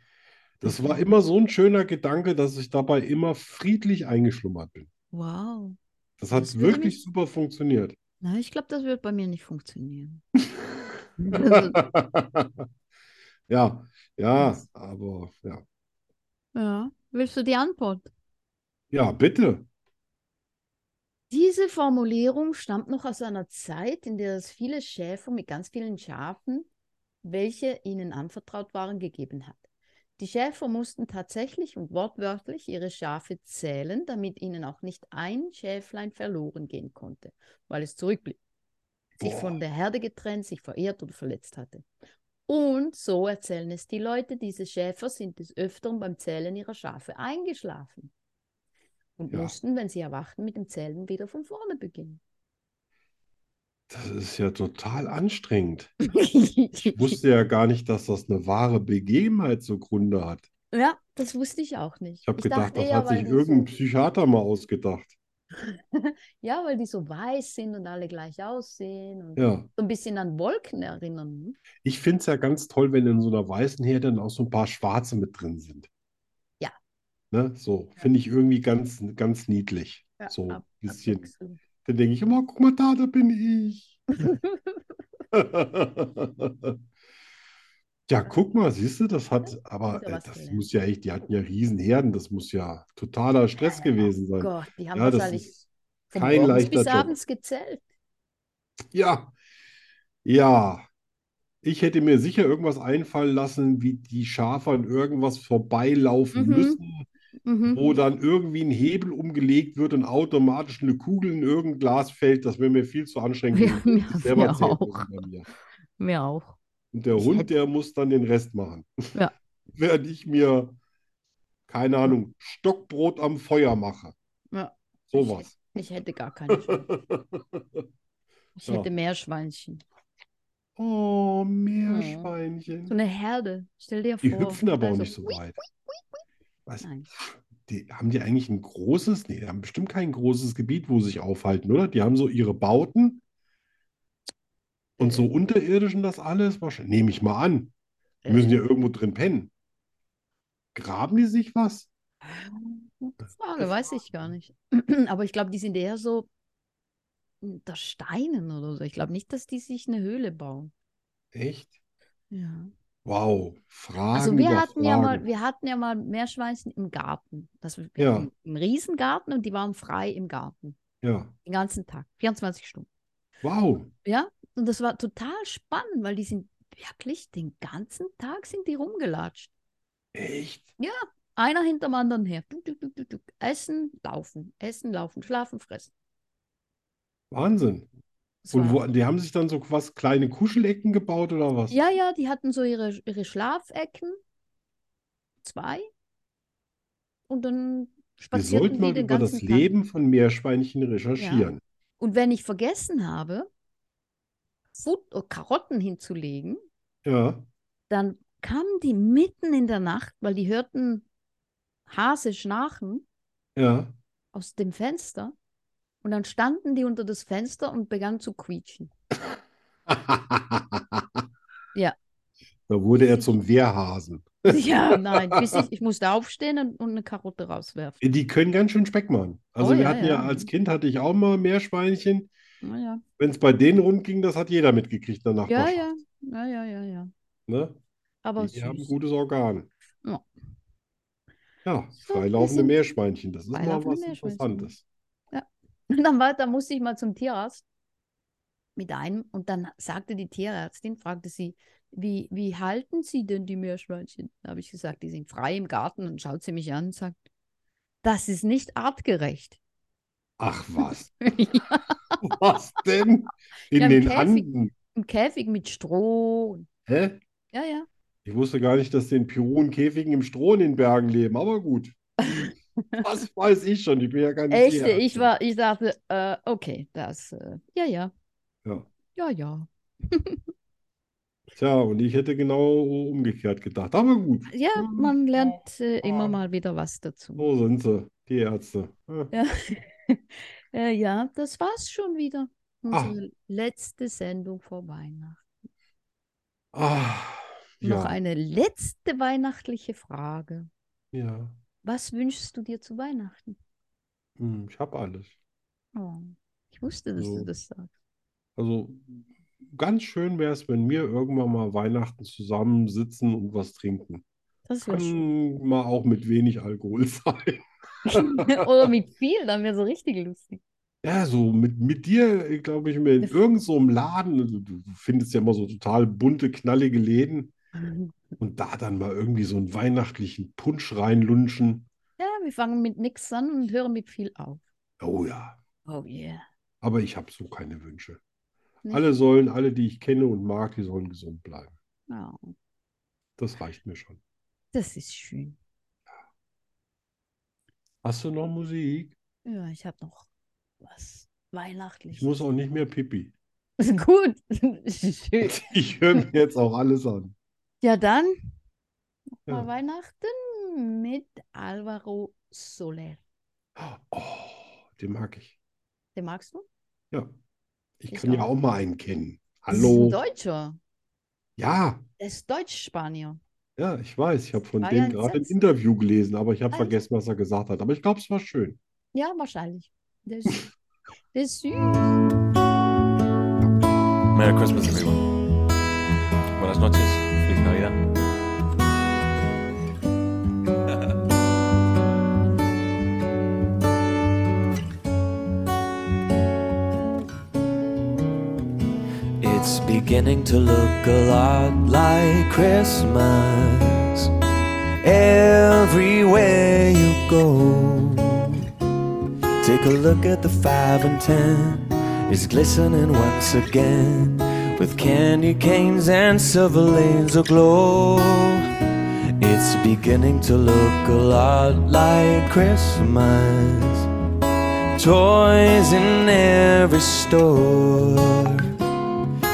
S2: Das war immer so ein schöner Gedanke, dass ich dabei immer friedlich eingeschlummert bin.
S1: Wow.
S2: Das hat
S1: Das würde
S2: wirklich
S1: mich-
S2: super funktioniert.
S1: Na, ich glaube, das wird bei mir nicht funktionieren. Also,
S2: ja, ja, aber ja.
S1: ja. Willst du die Antwort?
S2: Ja, bitte.
S1: Diese Formulierung stammt noch aus einer Zeit, in der es viele Schäfer mit ganz vielen Schafen, welche ihnen anvertraut waren, gegeben hat. Die Schäfer mussten tatsächlich und wortwörtlich ihre Schafe zählen, damit ihnen auch nicht ein Schäflein verloren gehen konnte, weil es zurückblieb, sich
S2: Boah.
S1: von der Herde getrennt, sich verehrt oder verletzt hatte. Und so erzählen es die Leute, diese Schäfer sind des Öfteren beim Zählen ihrer Schafe eingeschlafen und
S2: Ja.
S1: mussten, wenn sie erwachten, mit dem Zählen wieder von vorne beginnen.
S2: Das ist ja total anstrengend. Ich wusste ja gar nicht, dass das eine wahre Begebenheit zugrunde hat.
S1: ja, das wusste ich auch nicht.
S2: Ich habe
S1: dachte
S2: gedacht, das
S1: eher,
S2: hat
S1: weil
S2: sich
S1: die so-
S2: irgendein Psychiater mal ausgedacht.
S1: Ja, weil die so weiß sind und alle gleich aussehen und
S2: Ja.
S1: so ein bisschen an Wolken erinnern. ne?
S2: Ich finde es ja ganz toll, wenn in so einer weißen Herde dann auch so ein paar Schwarze mit drin sind.
S1: Ja.
S2: Ne? So, finde ich irgendwie ganz, ganz niedlich.
S1: Ja,
S2: So ein
S1: ab-
S2: bisschen.
S1: absolut.
S2: Dann denke ich immer, guck mal da, da bin ich. Ja, guck mal, siehst du, das hat, aber
S1: wieder
S2: äh,
S1: was
S2: das
S1: gelernt.
S2: muss ja echt, die hatten ja Riesenherden, das muss ja totaler Stress gewesen sein.
S1: Gott, die haben
S2: Ja, das
S1: wahrscheinlich
S2: ist
S1: von
S2: kein
S1: morgens
S2: leichter
S1: bis
S2: Job.
S1: abends gezählt.
S2: Ja, ja. Ich hätte mir sicher irgendwas einfallen lassen, wie die Schafe an irgendwas vorbeilaufen
S6: Mhm.
S2: müssen,
S6: Mhm.
S2: wo dann irgendwie ein Hebel umgelegt wird und automatisch eine Kugel in irgendein Glas fällt. Das wäre mir viel zu anstrengend
S3: Ja,
S2: gewesen.
S3: mir-
S2: Ich selber
S3: mir
S2: zählen
S3: auch.
S2: müssen bei mir.
S3: Mir auch.
S2: Und der
S3: Ich
S2: Hund,
S3: hätte-
S2: der muss dann den Rest machen.
S3: Ja.
S2: Während ich mir, keine Ahnung, Stockbrot am Feuer mache.
S1: Ja.
S2: Sowas.
S1: Ich hätte gar keine Chance. Ich
S2: Ja.
S1: hätte Meerschweinchen.
S2: Oh, Meerschweinchen.
S1: So eine Herde. Stell dir
S2: Die
S1: vor.
S2: hüpfen aber auch
S1: Also,
S2: nicht so weit. Was?
S1: Nein.
S2: Die, haben die eigentlich ein großes? Nee, die haben bestimmt kein großes Gebiet, wo sie sich aufhalten, oder? Die haben so ihre Bauten und so unterirdischen das alles. Wahrscheinlich, nehme ich mal an. Die müssen ja irgendwo drin pennen. Graben die sich was?
S1: Gute Frage, Ah, weiß ich gar nicht. Aber ich glaube, die sind eher so unter Steinen oder so. Ich glaube nicht, dass die sich eine Höhle bauen.
S2: Echt?
S1: Ja.
S2: Wow. Fragen
S1: Also wir
S2: über
S1: hatten ja mal,
S2: Fragen.
S1: wir hatten ja mal Meerschweinchen im Garten. Das, wir
S2: Ja.
S1: hatten einen Riesengarten und die waren frei im Garten.
S2: Ja.
S1: Den ganzen Tag, 24 Stunden.
S2: Wow.
S1: Ja, und das war total spannend, weil die sind wirklich den ganzen Tag sind die rumgelatscht.
S2: Echt?
S1: Einer hinterm anderen her. Tuk, tuk, tuk, tuk, tuk. Essen, laufen, essen, laufen, schlafen, fressen.
S2: Wahnsinn.
S1: Das
S2: Und
S1: war-
S2: wo, die haben sich dann so was kleine Kuschelecken gebaut oder was?
S1: Ja, ja, die hatten so ihre, ihre Schlafecken. Zwei. Und dann
S2: Wir
S1: spazierten
S2: sollten
S1: die
S2: mal
S1: den
S2: über das
S1: ganzen Tag.
S2: Leben von Meerschweinchen recherchieren.
S1: Und wenn ich vergessen habe, Fut äh, Karotten hinzulegen,
S2: Ja.
S1: dann kamen die mitten in der Nacht, weil die hörten Hase schnarchen
S2: Ja.
S1: aus dem Fenster. Und dann standen die unter das Fenster und begannen zu quietschen. Ja.
S2: Da wurde er zum Wehrhasen.
S1: Ja, nein, bis ich, ich musste aufstehen und, und eine Karotte rauswerfen.
S2: Die können ganz schön Speck machen. Also
S1: Oh,
S2: wir
S1: ja,
S2: hatten ja
S1: ja.
S2: als Kind hatte ich auch mal Meerschweinchen.
S1: Naja.
S2: Wenn es bei denen rund ging, das hat jeder mitgekriegt in der
S1: Ja,
S2: Nachbarschaft.
S1: ja, ja, ja, ja, ja.
S2: Ne?
S1: Aber
S2: Die haben ein
S1: süß.
S2: gutes Organ.
S1: Ja.
S2: Ja,
S1: So, wir
S2: freilaufende
S1: sind-
S2: Meerschweinchen, das ist mal
S1: Freilaufende
S2: was
S1: Meerschweinchen.
S2: Interessantes.
S1: Und dann weiter musste ich mal zum Tierarzt mit einem und dann sagte die Tierärztin, fragte sie, wie, wie halten Sie denn die Meerschweinchen? Da habe ich gesagt, die sind frei im Garten und schaut sie mich an und sagt, das ist nicht artgerecht.
S2: Ach was. Was denn? In
S1: Ja, im
S2: den
S1: Käfig.
S2: Anden.
S1: Im Käfig mit Stroh. und-
S2: Hä?
S1: Ja, ja.
S2: Ich wusste gar nicht, dass den Pirun Käfigen im Stroh in den Bergen leben, aber gut. Was weiß ich schon, ich bin ja keine
S1: Echt,
S2: Tierärztin.
S1: ich war, ich dachte, äh, okay, das, äh, ja, ja.
S2: Ja.
S1: Ja, ja.
S2: Tja, und ich hätte genau umgekehrt gedacht. Aber gut,
S1: Ja, man lernt äh,
S2: Ah.
S1: immer mal wieder was dazu.
S2: so sind sie, die Ärzte. Ja.
S1: Ja. äh, ja, das war's schon wieder. Unsere letzte Sendung vor Weihnachten.
S2: Ah,
S1: Noch
S2: ja,
S1: eine letzte weihnachtliche Frage.
S2: ja.
S1: Was wünschst du dir zu Weihnachten?
S2: Hm, Ich habe alles.
S1: Oh, ich wusste, dass
S2: So.
S1: du das sagst.
S2: Also ganz schön wäre es, wenn wir irgendwann mal Weihnachten zusammensitzen und was trinken.
S6: Das wäre schön.
S2: Kann mal auch mit wenig Alkohol sein.
S1: Oder mit viel, dann wäre so richtig lustig.
S2: Ja, so mit, mit dir, glaube ich, mir in irgendeinem so einem Laden, also du du findest ja immer so total bunte, knallige Läden und da dann mal irgendwie so einen weihnachtlichen Punsch reinlunschen.
S1: Ja, wir fangen mit nichts an und hören mit viel auf.
S2: Oh ja,
S1: Oh yeah.
S2: aber ich habe so keine Wünsche.
S1: Nee.
S2: Alle sollen, alle, die ich kenne und mag, die sollen gesund bleiben.
S1: Oh,
S2: Das reicht mir schon.
S1: das ist schön.
S2: Hast du noch Musik?
S1: Ja, ich habe noch was
S2: Ich
S1: Weihnachtliches.
S2: muss auch nicht mehr pipi.
S1: Gut. schön.
S2: Ich höre mir jetzt auch alles an.
S1: Ja, dann
S2: Ja.
S1: mal Weihnachten mit Alvaro Soler.
S2: Oh, den mag ich.
S1: Den magst du?
S2: Ja. Ich
S1: Ich
S2: kann ja
S1: auch.
S2: auch mal einen kennen.
S1: Das
S2: Hallo.
S1: Ist ein Deutscher.
S2: Ja,
S1: Der ist Deutsch-Spanier.
S2: ja, ich weiß. Ich habe von
S1: War
S2: dem
S1: ja ein
S2: gerade ein
S1: Satz.
S2: Interview gelesen, aber ich habe
S1: Ah, ja.
S2: vergessen, was er gesagt hat. Aber ich glaube, es war schön.
S1: Ja, wahrscheinlich. Der ist, der ist süß.
S7: Merry Christmas, everyone. Buenas noches. Feliz Navidad.
S8: It's beginning to look a lot like Christmas everywhere you go. Take a look at the five and ten, it's glistening once again with candy canes and silver lanes aglow. It's beginning to look a lot like Christmas. Toys in every store.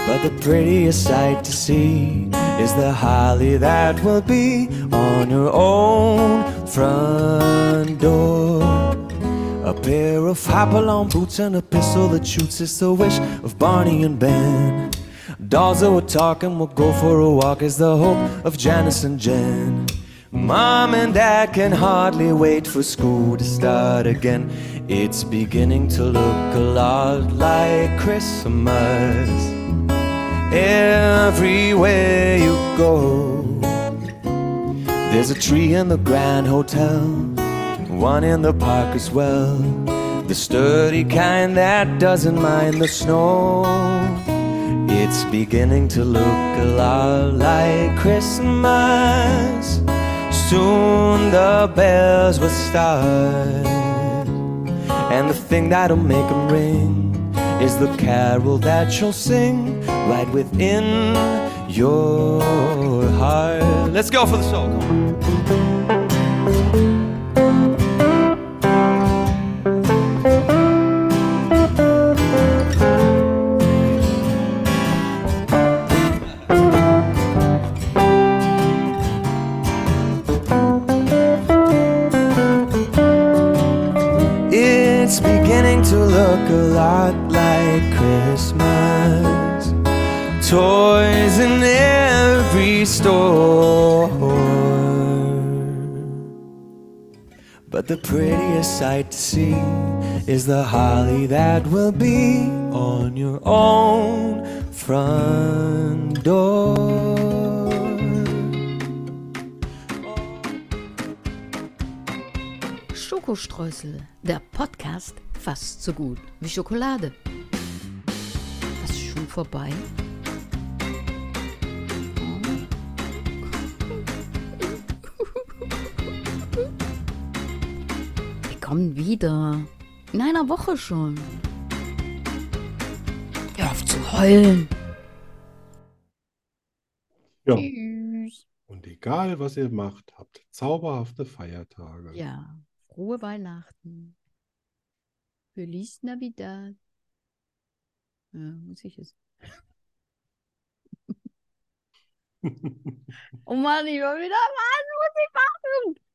S8: But the prettiest sight to see is the holly that will be on her own front door. A pair of hop-along boots and a pistol that shoots is the wish of Barney and Ben. Dolls that will talk and will go for a walk is the hope of Janice and Jen. Mom and Dad can hardly wait for school to start again. It's beginning to look a lot like Christmas everywhere you go. There's a tree in the Grand Hotel, one in the park as well. The sturdy kind that doesn't mind the snow. It's beginning to look a lot like Christmas. Soon the bells will start. And the thing that'll make 'em ring is the carol that you'll sing right within your heart. Let's go for the soul. Come on. It's beginning to look a lot like Christmas. Toys in every store. But the prettiest sight to see is the holly that will be on your own front door.
S3: Schokostreusel, der Podcast fast so gut wie Schokolade. Was ist schon vorbei? Wir kommen wieder. In einer Woche schon. Hör auf zu heulen.
S2: Ja.
S1: Tschüss.
S2: Und egal, was ihr macht, habt zauberhafte Feiertage.
S1: Ja, frohe Weihnachten. Feliz Navidad. Ja, muss ich es. Oh Mann, ich war wieder. Mann, muss ich machen?